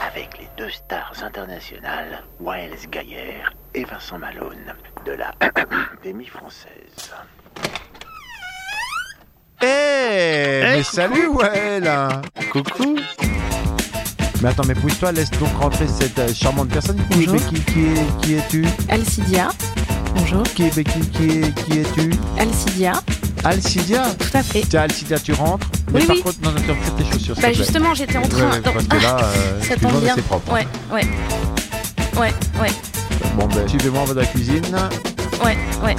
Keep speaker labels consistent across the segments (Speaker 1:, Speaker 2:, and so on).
Speaker 1: Avec les deux stars internationales, Waels Gaillère et Vincent Malone, de la Académie française.
Speaker 2: Eh Mais salut, ouais, là Coucou Mais attends, mais pousse-toi, laisse donc rentrer cette euh, charmante personne. Qui, est
Speaker 3: Bonjour.
Speaker 2: Becky qui, est- qui es-tu
Speaker 3: Alcidia. Bonjour.
Speaker 2: Qui est Becky Qui est- qui es-tu
Speaker 3: Alcidia.
Speaker 2: Alcidia
Speaker 3: Tout à fait. Bah,
Speaker 2: Tiens, Alcidia, tu rentres. Mais
Speaker 3: Oui,
Speaker 2: par
Speaker 3: oui.
Speaker 2: contre, non, non, tu retires tes chaussures. s'il
Speaker 3: Bah
Speaker 2: te plaît.
Speaker 3: justement, j'étais en train.
Speaker 2: Ouais, ouais,
Speaker 3: d'en-
Speaker 2: parce que là, euh,
Speaker 3: ça
Speaker 2: tu
Speaker 3: tombe
Speaker 2: vois,
Speaker 3: bien.
Speaker 2: c'est propre.
Speaker 3: Ouais, ouais. Ouais, ouais,
Speaker 2: Bon, ben, suivez-moi, on va dans la cuisine.
Speaker 3: ouais, ouais.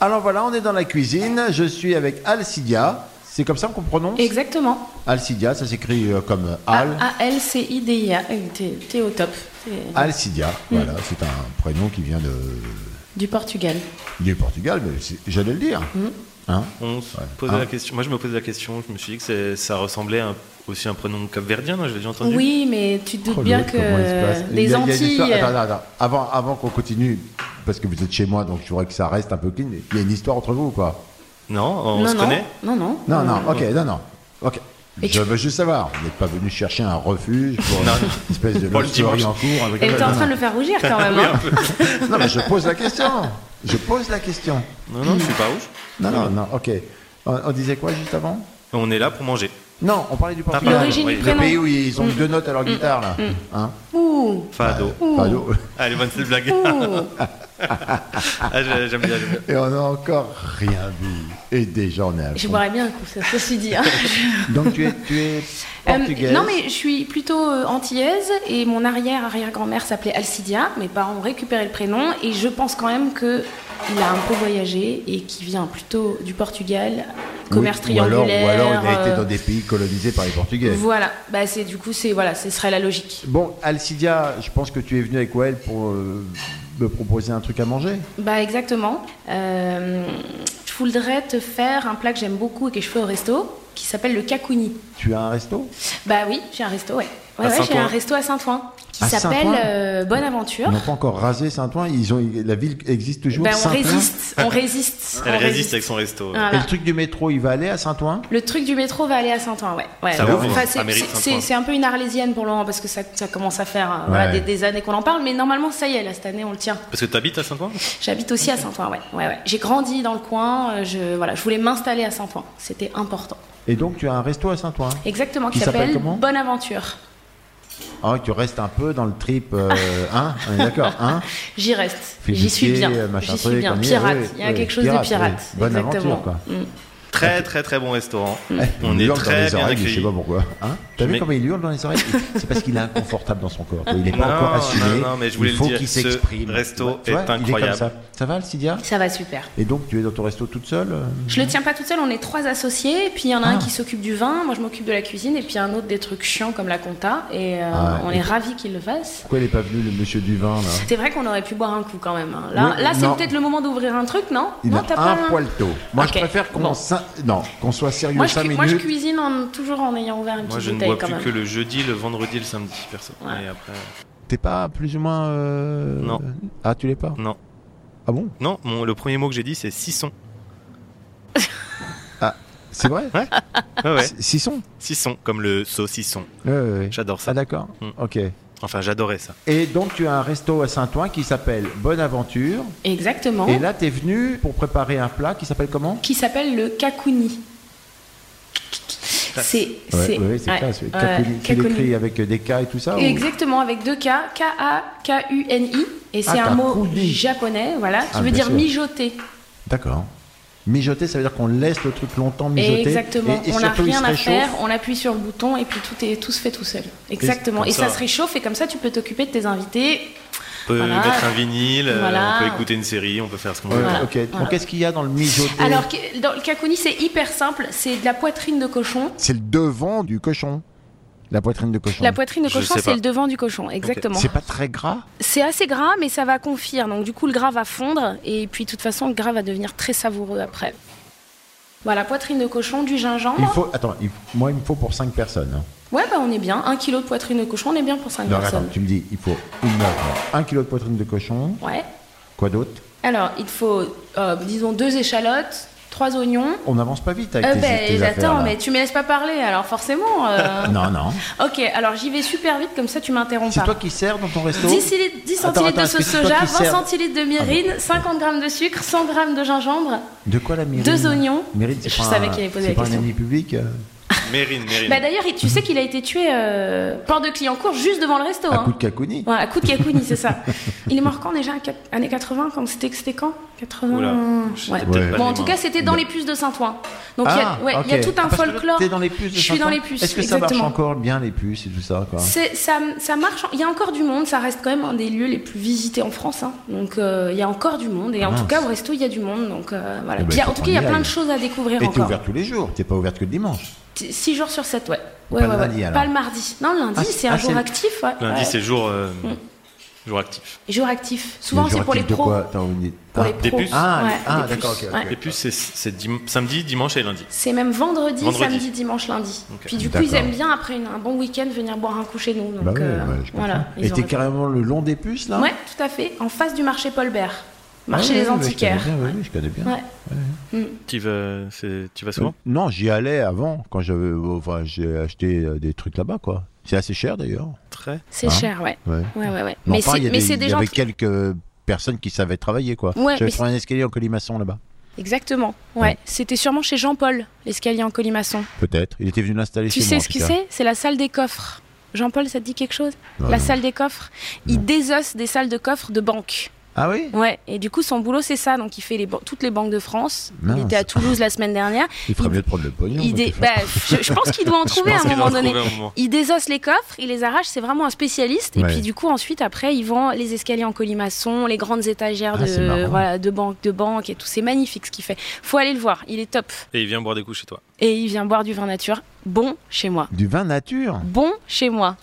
Speaker 2: Alors voilà, on est dans la cuisine. Je suis avec Alcidia. C'est comme ça qu'on prononce
Speaker 3: Exactement.
Speaker 2: Alcidia, ça s'écrit euh, comme
Speaker 3: Ah,
Speaker 2: Al.
Speaker 3: A-L-C-I-D-I-A. Euh, T'es t'es au top. T'es-
Speaker 2: Alcidia, voilà,
Speaker 3: Mm.
Speaker 2: c'est un prénom qui vient de
Speaker 3: Du Portugal.
Speaker 2: Il est Portugal, mais c'est- j'allais le dire.
Speaker 3: Mmh.
Speaker 2: Hein
Speaker 4: On se
Speaker 2: Ouais.
Speaker 4: posait
Speaker 2: Ah.
Speaker 4: la question. Moi, je me posais la question. Je me suis dit que c'est- ça ressemblait à un- aussi à un prénom capverdien. non, Je l'ai déjà entendu.
Speaker 3: Oui, mais tu te doutes
Speaker 2: Oh,
Speaker 3: bien
Speaker 2: l'autre, comment il se passe Il
Speaker 3: que
Speaker 2: y
Speaker 3: des
Speaker 2: a- il y a une
Speaker 3: Antilles.
Speaker 2: histoire- Attends, attends, attends. Avant, avant qu'on continue, parce que vous êtes chez moi, donc je voudrais que ça reste un peu clean. Il y a une histoire entre vous ou quoi
Speaker 4: Non, on
Speaker 3: non,
Speaker 4: se
Speaker 3: non,
Speaker 4: connaît.
Speaker 3: non, non.
Speaker 2: Non, non, ok, non, non. Ok.
Speaker 3: Et
Speaker 2: Je
Speaker 3: tu-
Speaker 2: veux juste savoir, vous n'êtes pas venu chercher un refuge pour
Speaker 4: Non.
Speaker 2: une espèce de
Speaker 4: Pour le
Speaker 2: love story
Speaker 4: dimanche.
Speaker 2: en cours avec
Speaker 3: Et t'es en
Speaker 2: Non,
Speaker 3: train de
Speaker 2: non.
Speaker 3: le faire rougir quand même. hein.
Speaker 2: Non, mais je pose la question. Je pose la question.
Speaker 4: Non, non, je suis
Speaker 3: Mm.
Speaker 4: pas rouge.
Speaker 2: Non, non, non, ok. On, on disait quoi juste avant
Speaker 4: On est là pour manger.
Speaker 2: Non, on parlait du Portugal.
Speaker 4: pardon,
Speaker 3: L'origine
Speaker 4: oui.
Speaker 3: du
Speaker 2: Le
Speaker 3: prénom. Mmh.
Speaker 2: pays où ils ont deux notes à leur guitare, là. Hein
Speaker 3: Ouh,
Speaker 4: Fado.
Speaker 2: Pardon.
Speaker 4: Allez, bonne cette blague.
Speaker 3: ouh.
Speaker 4: Ah, j'ai- j'aime bien. j'aime bien.
Speaker 2: Et on n'a encore rien vu. Et déjà, on est à
Speaker 3: Je
Speaker 2: fond.
Speaker 3: boirais bien un coup, ça, ceci dit. hein.
Speaker 2: Donc tu es, tu es
Speaker 3: Euh,
Speaker 2: portugaise.
Speaker 3: non, mais je suis plutôt euh, antillaise et mon arrière-arrière-grand-mère s'appelait Alcidia. Mes parents ont récupéré le prénom et je pense quand même qu'il a un peu voyagé et qu'il vient plutôt du Portugal, commerce
Speaker 2: Oui, ou alors-
Speaker 3: triangulaire.
Speaker 2: Ou alors, il a été
Speaker 3: euh,
Speaker 2: dans des pays colonisés par les Portugais.
Speaker 3: Voilà, bah, c'est, du coup, c'est, voilà, ce serait la logique.
Speaker 2: Bon, Alcidia, je pense que tu es venue avec Wael pour euh, me proposer un truc à manger.
Speaker 3: Bah exactement. Euh, je voudrais te faire un plat que j'aime beaucoup et que je fais au resto qui s'appelle le cacouni.
Speaker 2: Tu as un resto
Speaker 3: Bah oui, j'ai un resto, ouais. Ouais,
Speaker 4: À
Speaker 3: ouais, j'ai
Speaker 4: Saint-Ouen.
Speaker 3: un resto à Saint-Ouen qui
Speaker 2: À
Speaker 3: s'appelle
Speaker 2: Saint-Ouen
Speaker 3: euh, Bonne Aventure.
Speaker 2: Ils n'ont pas encore rasé Saint-Ouen. Ils ont, la ville existe toujours.
Speaker 3: Ben, on
Speaker 2: Saint-Ouen.
Speaker 3: résiste, on résiste. Ah.
Speaker 4: Elle
Speaker 3: on
Speaker 4: résiste avec son resto.
Speaker 3: Voilà.
Speaker 2: Et le truc du métro, il va aller à Saint-Ouen
Speaker 3: Le truc du métro va aller à Saint-Ouen, ouais. ouais.
Speaker 4: Ça ouvre,
Speaker 3: Enfin,
Speaker 4: hein,
Speaker 3: c'est-
Speaker 4: ça mérite
Speaker 3: c'est-
Speaker 4: Saint-Ouen.
Speaker 3: c'est- c'est un peu une arlésienne pour le moment parce que ça, ça commence à faire euh, voilà,
Speaker 2: Ouais.
Speaker 3: des, des années qu'on en parle, mais normalement ça y est, là cette année on le tient.
Speaker 4: Parce que t'habites à Saint-Ouen
Speaker 3: J'habite aussi à Saint-Ouen, ouais. ouais, ouais. J'ai grandi dans le coin, euh, je, voilà, je voulais m'installer à Saint-Ouen, c'était important.
Speaker 2: Et donc, tu as un resto à Saint-Ouen.
Speaker 3: Exactement, qui
Speaker 2: Qui s'appelle
Speaker 3: s'appelle
Speaker 2: comment
Speaker 3: Bonne Aventure.
Speaker 2: Ah, tu restes un peu dans le trip. euh, hein On est d'accord hein
Speaker 3: J'y reste,
Speaker 2: Félicité,
Speaker 3: j'y suis bien.
Speaker 2: euh, machin
Speaker 3: J'y suis
Speaker 2: truc,
Speaker 3: bien.
Speaker 2: on y est,
Speaker 3: Pirate,
Speaker 2: oui,
Speaker 3: il y a
Speaker 2: oui,
Speaker 3: quelque chose
Speaker 2: pirate,
Speaker 3: de pirate.
Speaker 2: oui. Bonne
Speaker 3: Exactement.
Speaker 2: aventure, quoi.
Speaker 3: Mm.
Speaker 4: Très, très, très bon restaurant. On
Speaker 2: Il
Speaker 4: est
Speaker 2: hurle dans
Speaker 4: très
Speaker 2: les
Speaker 4: bien
Speaker 2: oreilles, Je sais
Speaker 4: accueillis.
Speaker 2: pas pourquoi. Hein T'as vu
Speaker 4: Mais-
Speaker 2: comment il hurle dans les oreilles C'est parce qu'il est inconfortable dans son corps. Il n'est pas
Speaker 4: Non,
Speaker 2: encore
Speaker 4: non,
Speaker 2: assumé.
Speaker 4: non, mais je voulais
Speaker 2: il
Speaker 4: le
Speaker 2: faut
Speaker 4: dire,
Speaker 2: qu'il
Speaker 4: ce
Speaker 2: s'exprime.
Speaker 4: resto
Speaker 2: Tu vois,
Speaker 4: est
Speaker 2: il comme
Speaker 4: incroyable.
Speaker 2: ça. ça va, Alcidia
Speaker 3: Ça va super.
Speaker 2: Et donc, tu es dans ton resto toute seule euh
Speaker 3: Je le tiens pas toute seule, on est trois associés, puis il y en a un
Speaker 2: Ah.
Speaker 3: qui s'occupe du vin, moi je m'occupe de la cuisine, et puis un autre des trucs chiants comme la compta, et euh,
Speaker 2: Ah,
Speaker 3: on
Speaker 2: et-
Speaker 3: est ravis qu'il le fasse.
Speaker 2: Pourquoi il n'est pas venu, le monsieur Duvin, là
Speaker 3: C'est vrai qu'on aurait pu boire un coup quand même. hein. Là,
Speaker 2: Oui,
Speaker 3: là c'est
Speaker 2: non.
Speaker 3: peut-être le moment d'ouvrir un truc, non
Speaker 2: Il
Speaker 3: Non,
Speaker 2: a un
Speaker 3: pas-
Speaker 2: poil tôt. Moi,
Speaker 3: Ok.
Speaker 2: je préfère qu'on
Speaker 3: Bon.
Speaker 2: s'in- non, qu'on soit sérieux
Speaker 3: Moi je,
Speaker 2: 5
Speaker 3: cu-
Speaker 2: minutes.
Speaker 3: moi, je cuisine en- toujours en ayant ouvert une
Speaker 4: Moi,
Speaker 3: petite
Speaker 4: je ne
Speaker 3: bouteille
Speaker 4: bois
Speaker 3: quand
Speaker 4: plus
Speaker 3: même.
Speaker 4: que le jeudi, le vendredi, le samedi, perso.
Speaker 3: Ouais.
Speaker 4: Et après,
Speaker 2: T'es pas plus ou moins. euh,
Speaker 4: Non.
Speaker 2: Ah, tu l'es pas
Speaker 4: non.
Speaker 2: Ah bon
Speaker 4: Non, mon- le premier mot que j'ai dit, c'est sisson.
Speaker 2: C'est vrai
Speaker 4: Ouais, ouais.
Speaker 2: S- Sisson
Speaker 4: Sisson, comme le saucisson.
Speaker 2: Ouais, ouais, ouais.
Speaker 4: J'adore ça.
Speaker 2: Ah, d'accord.
Speaker 4: Mm.
Speaker 2: Ok.
Speaker 4: Enfin, j'adorais ça.
Speaker 2: Et donc, tu as un resto à Saint-Ouen qui s'appelle Bonne Aventure.
Speaker 3: Exactement.
Speaker 2: Et là, tu es venu pour préparer un plat qui s'appelle comment
Speaker 3: Qui s'appelle le kakouni. C'est
Speaker 2: Oui,
Speaker 3: c'est-
Speaker 2: c'est
Speaker 3: ouais, Euh,
Speaker 2: ça. c'est
Speaker 3: ouais,
Speaker 2: Kakuni. Tu
Speaker 3: kakouni.
Speaker 2: l'écris avec euh, des K et tout ça ou-
Speaker 3: Exactement, avec deux K, K-A-K-U-N-I, et c'est
Speaker 2: Ah,
Speaker 3: un mot
Speaker 2: kakuni.
Speaker 3: japonais, voilà, qui
Speaker 2: Ah,
Speaker 3: veut
Speaker 2: bien
Speaker 3: dire
Speaker 2: sûr.
Speaker 3: mijoter.
Speaker 2: D'accord. Mijoter, ça veut dire qu'on laisse le truc longtemps mijoter.
Speaker 3: Exactement,
Speaker 2: Et, et
Speaker 3: on n'a
Speaker 2: surtout, il
Speaker 3: rien
Speaker 2: se
Speaker 3: à
Speaker 2: réchauffe.
Speaker 3: faire, on appuie sur le bouton et puis tout, est, tout se fait tout seul. Exactement,
Speaker 4: comme
Speaker 3: et ça,
Speaker 4: ça.
Speaker 3: se réchauffe et comme ça tu peux t'occuper de tes invités.
Speaker 4: On peut
Speaker 3: Voilà.
Speaker 4: mettre un vinyle, euh,
Speaker 3: Voilà.
Speaker 4: on peut écouter une série, on peut faire ce qu'on
Speaker 2: Ouais,
Speaker 4: veut.
Speaker 3: Voilà.
Speaker 2: ok. Donc, qu'est-ce qu'il y a dans le mijoter
Speaker 3: Alors, que- dans le kakouni, c'est hyper simple, c'est de la poitrine de cochon.
Speaker 2: C'est le devant du cochon. La poitrine de cochon.
Speaker 3: La poitrine de
Speaker 4: Je
Speaker 3: cochon,
Speaker 4: sais
Speaker 3: c'est
Speaker 4: pas.
Speaker 3: le devant du cochon, exactement.
Speaker 2: Ah. C'est pas très gras.
Speaker 3: C'est assez gras, mais ça va confire. Donc, du coup, le gras va fondre. Et puis, de toute façon, le gras va devenir très savoureux après. Voilà, poitrine de cochon, du gingembre.
Speaker 2: Il faut. Attends, il- moi, il me faut pour 5 personnes. hein.
Speaker 3: Ouais, bah, on est bien. Un kilo de poitrine de cochon, on est bien pour 5
Speaker 2: Non,
Speaker 3: personnes.
Speaker 2: attends, tu me dis, il faut une œuvre, un kilo de poitrine de cochon.
Speaker 3: Ouais.
Speaker 2: Quoi d'autre
Speaker 3: Alors, il faut, euh, disons, deux échalotes, trois oignons.
Speaker 2: On n'avance pas vite avec
Speaker 3: Euh,
Speaker 2: tes, tes
Speaker 3: ben,
Speaker 2: affaires,
Speaker 3: attends,
Speaker 2: là.
Speaker 3: mais tu me laisses pas parler, alors forcément. euh.
Speaker 2: Non, non.
Speaker 3: Ok, alors j'y vais super vite, comme ça tu m'interromps
Speaker 2: C'est
Speaker 3: pas.
Speaker 2: toi qui sers dans ton resto
Speaker 3: 10, centilitres- 10
Speaker 2: Attends,
Speaker 3: centilitres
Speaker 2: attends,
Speaker 3: de
Speaker 2: est-ce que
Speaker 3: sauce
Speaker 2: c'est toi
Speaker 3: soja,
Speaker 2: qui
Speaker 3: 20
Speaker 2: sers Ah
Speaker 3: centilitres de myrrhine, 50 grammes de sucre, 100 grammes de gingembre.
Speaker 2: De quoi la mérine
Speaker 3: Deux oignons.
Speaker 2: Mérine, c'est
Speaker 3: Je
Speaker 2: pas
Speaker 3: savais
Speaker 2: un-
Speaker 3: qu'il allait poser
Speaker 2: c'est
Speaker 3: la
Speaker 2: pas
Speaker 3: question.
Speaker 2: un ennemi public euh,
Speaker 4: Mérine, Mérine.
Speaker 3: Bah d'ailleurs, tu sais qu'il a été tué euh, port de Clignancourt juste devant le resto.
Speaker 2: à
Speaker 3: hein.
Speaker 2: coup de cacouni.
Speaker 3: Ouais, à coup de cacouni, c'est ça. Il est mort quand déjà Quat- Années 80 quand C'était c'était quand 80
Speaker 4: Oula, je
Speaker 3: ouais.
Speaker 4: sais peut-être pas
Speaker 3: Bon, en
Speaker 4: les
Speaker 3: tout
Speaker 4: mains.
Speaker 3: cas, c'était dans les puces de Saint-Ouen. Donc il y a-
Speaker 2: Ah,
Speaker 3: ouais, il y a
Speaker 2: ok.
Speaker 3: tout un
Speaker 2: Ah, parce que
Speaker 3: folklore.
Speaker 2: T'es dans les puces de
Speaker 3: Je suis dans
Speaker 2: Saint-Ouen.
Speaker 3: les puces.
Speaker 2: Est-ce que ça
Speaker 3: exactement.
Speaker 2: marche encore bien les puces et tout ça quoi
Speaker 3: C'est- ça, ça marche. Il y a encore du monde. Ça reste quand même un des lieux les plus visités en France. hein. Donc euh, il y a encore du monde. Et en
Speaker 2: Ah,
Speaker 3: tout cas,
Speaker 2: c'est-
Speaker 3: au resto, il y a du monde. Donc euh, voilà.
Speaker 2: Eh ben,
Speaker 3: Puis, il y a-
Speaker 2: faut
Speaker 3: en tout cas, il y a
Speaker 2: qu'on y
Speaker 3: plein de
Speaker 2: aille.
Speaker 3: choses à découvrir
Speaker 2: Et t'es
Speaker 3: encore.
Speaker 2: ouvert tous les jours, t'es pas ouvert que le dimanche.
Speaker 3: 6 jours sur 7, ouais.
Speaker 2: Pas
Speaker 3: Ouais,
Speaker 2: le
Speaker 3: ouais,
Speaker 2: lundi,
Speaker 3: ouais.
Speaker 2: alors.
Speaker 3: Pas le mardi. Non, le lundi,
Speaker 2: Ah,
Speaker 3: c'est
Speaker 2: ah,
Speaker 3: un
Speaker 2: c'est-
Speaker 3: jour actif. ouais.
Speaker 4: Lundi,
Speaker 3: Ouais. Mm.
Speaker 4: c'est jour, euh, jour actif.
Speaker 3: Jour actif. Souvent,
Speaker 2: Le jour
Speaker 3: c'est pour les
Speaker 2: actif de
Speaker 3: pros.
Speaker 2: quoi Attends, vous dites-
Speaker 3: Pour
Speaker 2: Ah,
Speaker 3: les
Speaker 4: des
Speaker 3: pros.
Speaker 4: puces
Speaker 2: Ah,
Speaker 3: Ouais,
Speaker 2: les- ah,
Speaker 3: des
Speaker 2: d'accord,
Speaker 3: puces,
Speaker 2: ok, ok.
Speaker 3: ouais.
Speaker 4: Et puis, c'est- c'est dim- samedi, dimanche et lundi.
Speaker 3: C'est même vendredi,
Speaker 4: Vendredi.
Speaker 3: samedi, dimanche, lundi.
Speaker 4: Ok.
Speaker 3: Puis du coup, ils
Speaker 2: D'accord.
Speaker 3: aiment bien, après une- un bon week-end, venir boire un coup chez nous. Donc,
Speaker 2: Bah ouais,
Speaker 3: euh,
Speaker 2: ouais, je comprends.
Speaker 3: voilà. ils
Speaker 2: Et
Speaker 3: ont
Speaker 2: t'es
Speaker 3: raison.
Speaker 2: carrément le long des puces là
Speaker 3: Ouais, tout à fait. En face du marché Paul Bert. Marché
Speaker 2: Ah, ouais,
Speaker 3: des
Speaker 2: ouais,
Speaker 3: antiquaires.
Speaker 2: Je connais bien, ouais, ouais, je connais bien.
Speaker 3: Ouais.
Speaker 4: Tu vas, c'est- tu vas
Speaker 2: Euh,
Speaker 4: souvent
Speaker 2: Non, j'y allais avant quand j'avais, enfin, j'ai acheté euh, des trucs là-bas quoi. C'est assez cher d'ailleurs.
Speaker 4: Très.
Speaker 3: C'est
Speaker 2: Hein
Speaker 3: cher, ouais.
Speaker 2: Ouais.
Speaker 3: Ouais, ouais, ouais.
Speaker 2: Mais
Speaker 3: Mais
Speaker 2: enfin,
Speaker 3: c'est-
Speaker 2: il y, a
Speaker 3: mais
Speaker 2: des-
Speaker 3: c'est
Speaker 2: il
Speaker 3: des
Speaker 2: y
Speaker 3: gens.
Speaker 2: avait quelques personnes qui savaient travailler quoi.
Speaker 3: Ouais,
Speaker 2: J'avais
Speaker 3: mais
Speaker 2: trouvé un escalier en colimaçon là-bas.
Speaker 3: Exactement. Ouais. C'était sûrement chez Jean-Paul, l'escalier en colimaçon.
Speaker 2: Peut-être. Il était venu l'installer
Speaker 3: Tu
Speaker 2: chez
Speaker 3: sais
Speaker 2: moi. en
Speaker 3: ce
Speaker 2: tout
Speaker 3: que
Speaker 2: cas.
Speaker 3: c'est C'est la salle des coffres. Jean-Paul, ça te dit quelque chose
Speaker 2: Non,
Speaker 3: La
Speaker 2: non.
Speaker 3: salle des coffres. Il désosse des salles de coffres de banque.
Speaker 2: Ah oui
Speaker 3: Ouais, et du coup, son boulot, c'est ça. Donc, il fait les ban- toutes les banques de France.
Speaker 2: Mince.
Speaker 3: Il était à Toulouse la semaine dernière.
Speaker 2: Il ferait
Speaker 3: Il-
Speaker 2: mieux de prendre le pognon.
Speaker 3: Il
Speaker 2: quoi,
Speaker 3: dé-
Speaker 2: tu fais.
Speaker 3: bah, je, je pense qu'il doit en trouver à
Speaker 4: Parce
Speaker 3: un
Speaker 4: qu'il doit
Speaker 3: moment
Speaker 4: en
Speaker 3: donné.
Speaker 4: trouver un moment.
Speaker 3: Il désosse les coffres, il les arrache, c'est vraiment un spécialiste. Et
Speaker 2: Ouais.
Speaker 3: puis du coup, ensuite, après, il vend les escaliers en colimaçon, les grandes étagères
Speaker 2: Ah, c'est
Speaker 3: de,
Speaker 2: marrant.
Speaker 3: voilà, de banque, de banque et tout. C'est magnifique ce qu'il fait. Faut aller le voir, il est top.
Speaker 4: Et il vient boire des coups chez toi.
Speaker 3: Et il vient boire du vin nature. Bon chez moi.
Speaker 2: Du vin nature.
Speaker 3: Bon chez moi.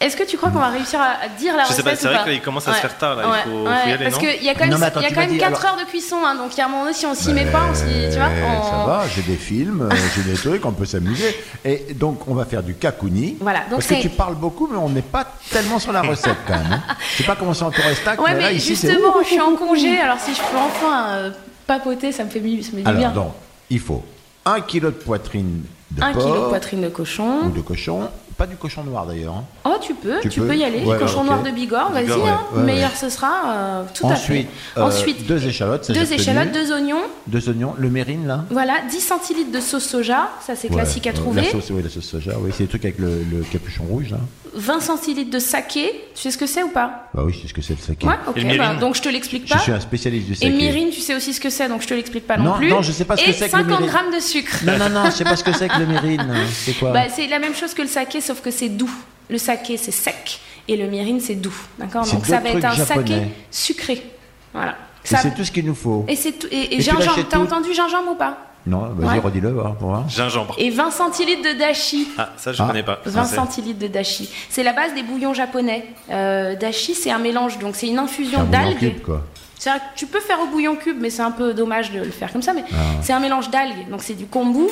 Speaker 3: Est-ce que tu crois qu'on va réussir à, à dire la
Speaker 4: Je sais
Speaker 3: recette
Speaker 4: pas, c'est
Speaker 3: ou
Speaker 4: vrai
Speaker 3: pas
Speaker 4: que là, il commence à se faire tard, là, il faut- faut y aller,
Speaker 3: Parce
Speaker 4: non
Speaker 3: qu'il y a quand même,
Speaker 2: Non, mais attends,
Speaker 3: il y a
Speaker 2: tu
Speaker 3: quand
Speaker 2: m'as
Speaker 3: même
Speaker 2: dit,
Speaker 3: 4
Speaker 2: alors-
Speaker 3: heures de cuisson, hein, donc il y a un moment donné, si on s'y met pas, on s'y. Tu vois
Speaker 2: Eh, Ça
Speaker 3: on-
Speaker 2: va, j'ai des films, euh, j'ai des trucs, on peut s'amuser. Et donc, on va faire du kakuni.
Speaker 3: Voilà, donc
Speaker 2: parce que
Speaker 3: c'est-
Speaker 2: tu parles beaucoup, mais on n'est pas tellement sur la recette quand même. hein. Je sais pas comment c'est en tourestac,
Speaker 3: Ouais,
Speaker 2: mais
Speaker 3: mais
Speaker 2: là, ici, c'est...
Speaker 3: justement, je suis en congé, alors si je peux enfin euh, papoter, ça me fait mi- ça me fait du bien.
Speaker 2: Alors, donc, il faut un kilo de poitrine de
Speaker 3: Un
Speaker 2: porc
Speaker 3: kilo de poitrine de
Speaker 2: ou
Speaker 3: cochon.
Speaker 2: de cochon. Pas du cochon noir, d'ailleurs. hein.
Speaker 3: Oh, tu peux,
Speaker 2: Tu
Speaker 3: tu,
Speaker 2: peux
Speaker 3: peux y aller.
Speaker 2: Ouais,
Speaker 3: cochon
Speaker 2: ok.
Speaker 3: noir de Bigorre, vas-y,
Speaker 4: Bigorre,
Speaker 3: hein,
Speaker 2: ouais, ouais,
Speaker 3: meilleur
Speaker 2: ouais.
Speaker 3: ce sera, euh, tout
Speaker 2: Ensuite,
Speaker 3: à fait.
Speaker 2: euh,
Speaker 3: Ensuite,
Speaker 2: deux échalotes, ça, j'ai
Speaker 3: deux
Speaker 2: retenu.
Speaker 3: échalotes, deux oignons,
Speaker 2: Deux oignons, le mérine, là
Speaker 3: voilà, 10 centilitres de sauce soja, ça c'est
Speaker 2: Ouais,
Speaker 3: classique à
Speaker 2: ouais, euh,
Speaker 3: trouver.
Speaker 2: La sauce, oui, la sauce soja, oui, c'est le truc avec le, le capuchon rouge, là.
Speaker 3: 20 centilitres de saké, tu sais ce que c'est ou pas
Speaker 2: Bah oui, c'est ce que c'est le saké.
Speaker 3: Ouais, ok,
Speaker 4: Et le
Speaker 3: bah,
Speaker 4: mirin
Speaker 3: donc je te l'explique
Speaker 2: Je
Speaker 3: pas.
Speaker 2: suis un spécialiste du
Speaker 3: Et
Speaker 2: saké.
Speaker 3: mirin, tu sais aussi ce que c'est, donc je te l'explique pas non,
Speaker 2: Non,
Speaker 3: plus.
Speaker 2: non, je sais pas ce que c'est
Speaker 3: Et
Speaker 2: que le
Speaker 3: 50
Speaker 2: mirin.
Speaker 3: grammes de sucre.
Speaker 2: Non, non, non, je sais pas ce que c'est que le mérine. C'est quoi
Speaker 3: Bah, c'est la même chose que le saké, sauf que c'est doux. Le saké, c'est sec, et le mirin, c'est doux. D'accord
Speaker 2: C'est
Speaker 3: Donc ça
Speaker 2: deux
Speaker 3: va être un
Speaker 2: trucs japonais.
Speaker 3: saké sucré. Voilà.
Speaker 2: Et
Speaker 3: Ça-
Speaker 2: C'est tout ce qu'il nous faut.
Speaker 3: Et c'est tout- et- et
Speaker 2: Et tu
Speaker 3: gingembre.
Speaker 2: l'achètes
Speaker 3: T'as
Speaker 2: tout
Speaker 3: entendu gingembre ou pas
Speaker 2: Non, vas-y,
Speaker 3: Ouais.
Speaker 2: redis-le, va, pour voir.
Speaker 4: Gingembre.
Speaker 3: Et 20 centilitres de dashi.
Speaker 4: Ah, ça, je
Speaker 2: Ah.
Speaker 4: connais pas.
Speaker 3: 20
Speaker 4: Ah, c'est-
Speaker 3: centilitres de dashi. C'est la base des bouillons japonais. Euh, dashi, c'est un mélange, donc c'est une
Speaker 2: C'est un
Speaker 3: infusion
Speaker 2: bouillon
Speaker 3: d'algues.
Speaker 2: cube, quoi.
Speaker 3: C'est vrai que Tu peux faire au bouillon cube, mais c'est un peu dommage de le faire comme ça.
Speaker 2: Ah
Speaker 3: Mais c'est un mélange d'algues, donc c'est du kombu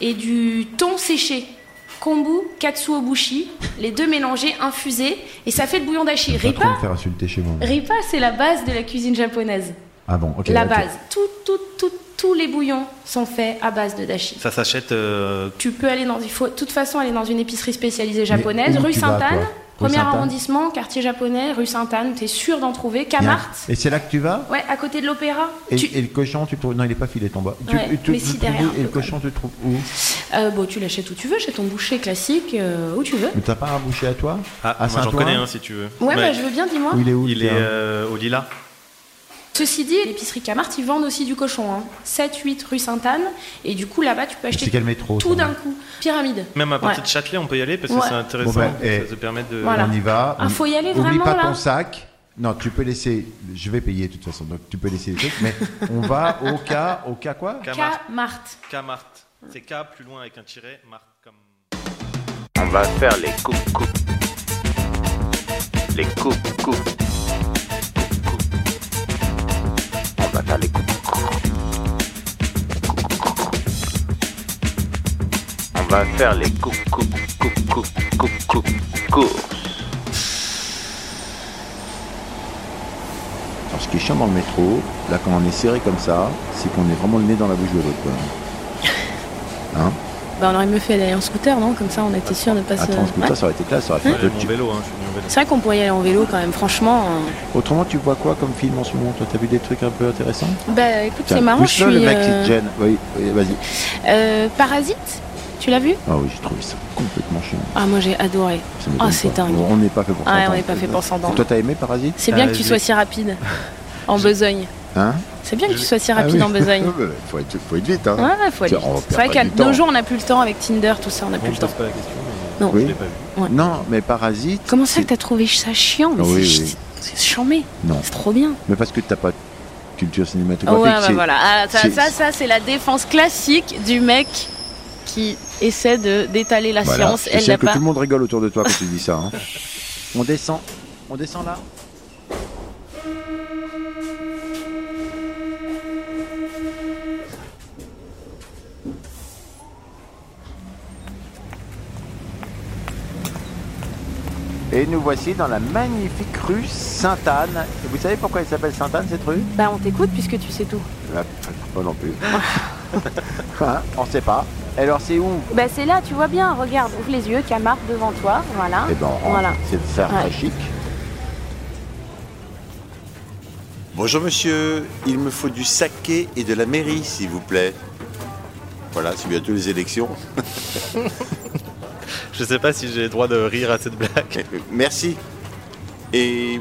Speaker 3: et du thon séché. Kombu, katsuobushi, les deux mélangés, infusés, et ça fait le bouillon d'ashi.
Speaker 2: Pas trop me
Speaker 3: Ripa,
Speaker 2: faire insulter chez moi.
Speaker 3: ripa, c'est la base de la cuisine japonaise.
Speaker 2: Ah bon, ok.
Speaker 3: la
Speaker 2: d'accord.
Speaker 3: base. Tout, tout, tout, tous les bouillons sont faits à base de dashi.
Speaker 4: Ça s'achète. euh,
Speaker 3: Tu peux aller dans, il faut de toute façon aller dans une épicerie spécialisée japonaise,
Speaker 2: où
Speaker 3: rue
Speaker 2: tu vas,
Speaker 3: Sainte-Anne,
Speaker 2: toi Rue
Speaker 3: premier
Speaker 2: Sainte-Anne
Speaker 3: arrondissement, quartier japonais, rue Sainte-Anne, t'es sûr d'en trouver, Camarthe,
Speaker 2: Et c'est là que tu vas
Speaker 3: ouais, à côté de l'opéra.
Speaker 2: et,
Speaker 3: Tu-
Speaker 2: et le cochon, tu trouves. Non, il est pas filé ton bas. Tu-
Speaker 3: Ouais,
Speaker 2: tu-
Speaker 3: mais
Speaker 2: tu-
Speaker 3: si,
Speaker 2: tu-
Speaker 3: derrière, un
Speaker 2: Et le
Speaker 3: peu, quoi.
Speaker 2: cochon, tu le trouves où
Speaker 3: euh, bon, tu l'achètes où tu veux, chez ton boucher classique, euh, où tu veux.
Speaker 2: Mais t'as pas un boucher à toi
Speaker 4: Ah,
Speaker 2: À
Speaker 4: moi j'en
Speaker 2: Saint-Ouen
Speaker 4: connais un si tu veux.
Speaker 3: Ouais,
Speaker 4: Mais
Speaker 3: bah, je veux bien, dis-moi.
Speaker 2: Où il est où
Speaker 4: Il
Speaker 2: le
Speaker 4: est
Speaker 2: terrain
Speaker 4: euh, au Lila.
Speaker 3: Ceci dit, l'épicerie Camarthe, ils vendent aussi du cochon. Hein. 7-8 rue Sainte-Anne. Et du coup, là-bas, tu peux acheter
Speaker 2: C'est quel métro
Speaker 3: tout
Speaker 2: ça
Speaker 3: d'un coup. Pyramide.
Speaker 4: Même à partir
Speaker 3: Ouais.
Speaker 4: de Châtelet, on peut y aller parce que
Speaker 3: Ouais.
Speaker 4: c'est intéressant.
Speaker 2: Bon, bah, eh.
Speaker 4: Ça te permet de.
Speaker 3: Voilà.
Speaker 2: On y va.
Speaker 3: Ah,
Speaker 2: On-
Speaker 3: faut y aller
Speaker 2: Oublie
Speaker 3: vraiment,
Speaker 2: pas
Speaker 3: là
Speaker 2: ton sac. Non, tu peux laisser. Je vais payer de toute façon, donc tu peux laisser les trucs. Mais on va au cas, au cas quoi
Speaker 4: Camargue.
Speaker 3: Camarthe.
Speaker 4: Camarthe. C'est K plus loin avec un tiret, Marthe comme.
Speaker 1: On va faire les coupes coupes. Les coupes coupes. Coupes, coupes. On va faire les coupes coupes. Coupes, coupes. On va faire les coupes coupes coupes coupes coupes coupes courses.
Speaker 2: Alors, ce qui est chiant dans le métro, là, quand on est serré comme ça, c'est qu'on est vraiment le nez dans la bouche de l'autre. quoi.
Speaker 3: Bah, on aurait mieux fait d'aller en scooter, non Comme ça, on était sûr de pas se.
Speaker 2: Attends, écoute,
Speaker 3: Ouais.
Speaker 2: ça, ça aurait été classe, ça aurait fait
Speaker 4: Ouais,
Speaker 2: deux-
Speaker 4: mon
Speaker 2: tu-
Speaker 4: vélo, hein, je suis venu en vélo.
Speaker 3: C'est vrai qu'on pourrait y aller en vélo quand même, franchement. euh.
Speaker 2: Autrement, tu vois quoi comme film en ce moment Toi, t'as vu des trucs un peu intéressants
Speaker 3: Bah, écoute,
Speaker 2: Tiens,
Speaker 3: c'est marrant, je suis.
Speaker 2: pousse-le, le mec qui
Speaker 3: euh,
Speaker 2: te gêne. Oui, oui, vas-y.
Speaker 3: euh, Parasite Tu l'as vu
Speaker 2: Ah oui, j'ai trouvé ça complètement chiant.
Speaker 3: Ah, moi, j'ai adoré.
Speaker 2: Ça m'étonne
Speaker 3: Ah, c'est
Speaker 2: pas.
Speaker 3: dingue.
Speaker 2: On n'est pas fait pour
Speaker 3: Ouais,
Speaker 2: s'entendre.
Speaker 3: on n'est pas fait pour s'entendre.
Speaker 2: Et Toi, t'as aimé Parasite
Speaker 3: C'est bien
Speaker 4: Euh,
Speaker 3: que tu
Speaker 4: je
Speaker 3: sois
Speaker 4: l'ai-
Speaker 3: si rapide en besogne.
Speaker 2: Hein
Speaker 3: C'est bien que tu sois si
Speaker 2: Ah
Speaker 3: rapide
Speaker 2: oui.
Speaker 3: en besogne.
Speaker 2: Ouais, faut, être, faut être vite, hein.
Speaker 3: Ouais, faut aller.
Speaker 2: Tiens, on va
Speaker 3: vite. C'est
Speaker 2: perdre
Speaker 3: vrai
Speaker 2: pas
Speaker 3: qu'à
Speaker 2: du
Speaker 3: nos
Speaker 2: temps.
Speaker 3: jours, on n'a plus le temps avec Tinder, tout ça, on n'a
Speaker 4: Bon,
Speaker 3: plus
Speaker 4: je
Speaker 3: le
Speaker 4: pose
Speaker 3: temps.
Speaker 4: pas la question, mais
Speaker 3: Non.
Speaker 4: je
Speaker 2: Oui.
Speaker 4: l'ai pas vu.
Speaker 2: Non, mais Parasite.
Speaker 3: Comment ça que t'as trouvé ça chiant Mais
Speaker 2: Oui,
Speaker 3: c'est
Speaker 2: oui.
Speaker 3: c'est chambé.
Speaker 2: Non,
Speaker 3: C'est trop bien.
Speaker 2: mais parce que t'as pas de culture cinématographique.
Speaker 3: ouais, bah
Speaker 2: c'est-
Speaker 3: voilà. Ah, ça,
Speaker 2: c'est-
Speaker 3: ça, ça, c'est la défense classique du mec qui essaie de d'étaler la
Speaker 2: Voilà.
Speaker 3: science.
Speaker 2: Je
Speaker 3: Elle
Speaker 2: sais
Speaker 3: l'a
Speaker 2: que
Speaker 3: pas.
Speaker 2: tout le monde rigole autour de toi quand tu dis ça. hein. On descend. On descend là Et nous voici dans la magnifique rue Sainte-Anne. Et Vous savez pourquoi elle s'appelle Sainte-Anne cette rue
Speaker 3: Bah, on t'écoute puisque tu sais tout.
Speaker 2: Bah, Pas non plus. Hein, on sait pas. Alors c'est où
Speaker 3: Bah, c'est là, tu vois bien. Regarde, ouvre les yeux, Camargue devant toi. Voilà.
Speaker 2: Eh ben, on rentre.
Speaker 3: Voilà.
Speaker 2: C'est faire
Speaker 3: Ouais.
Speaker 2: très chic.
Speaker 5: Bonjour monsieur, il me faut du saké et de la mairie s'il vous plaît. Voilà, c'est bientôt les élections.
Speaker 4: Je sais pas si j'ai le droit de rire à cette blague.
Speaker 5: Euh, Merci. Et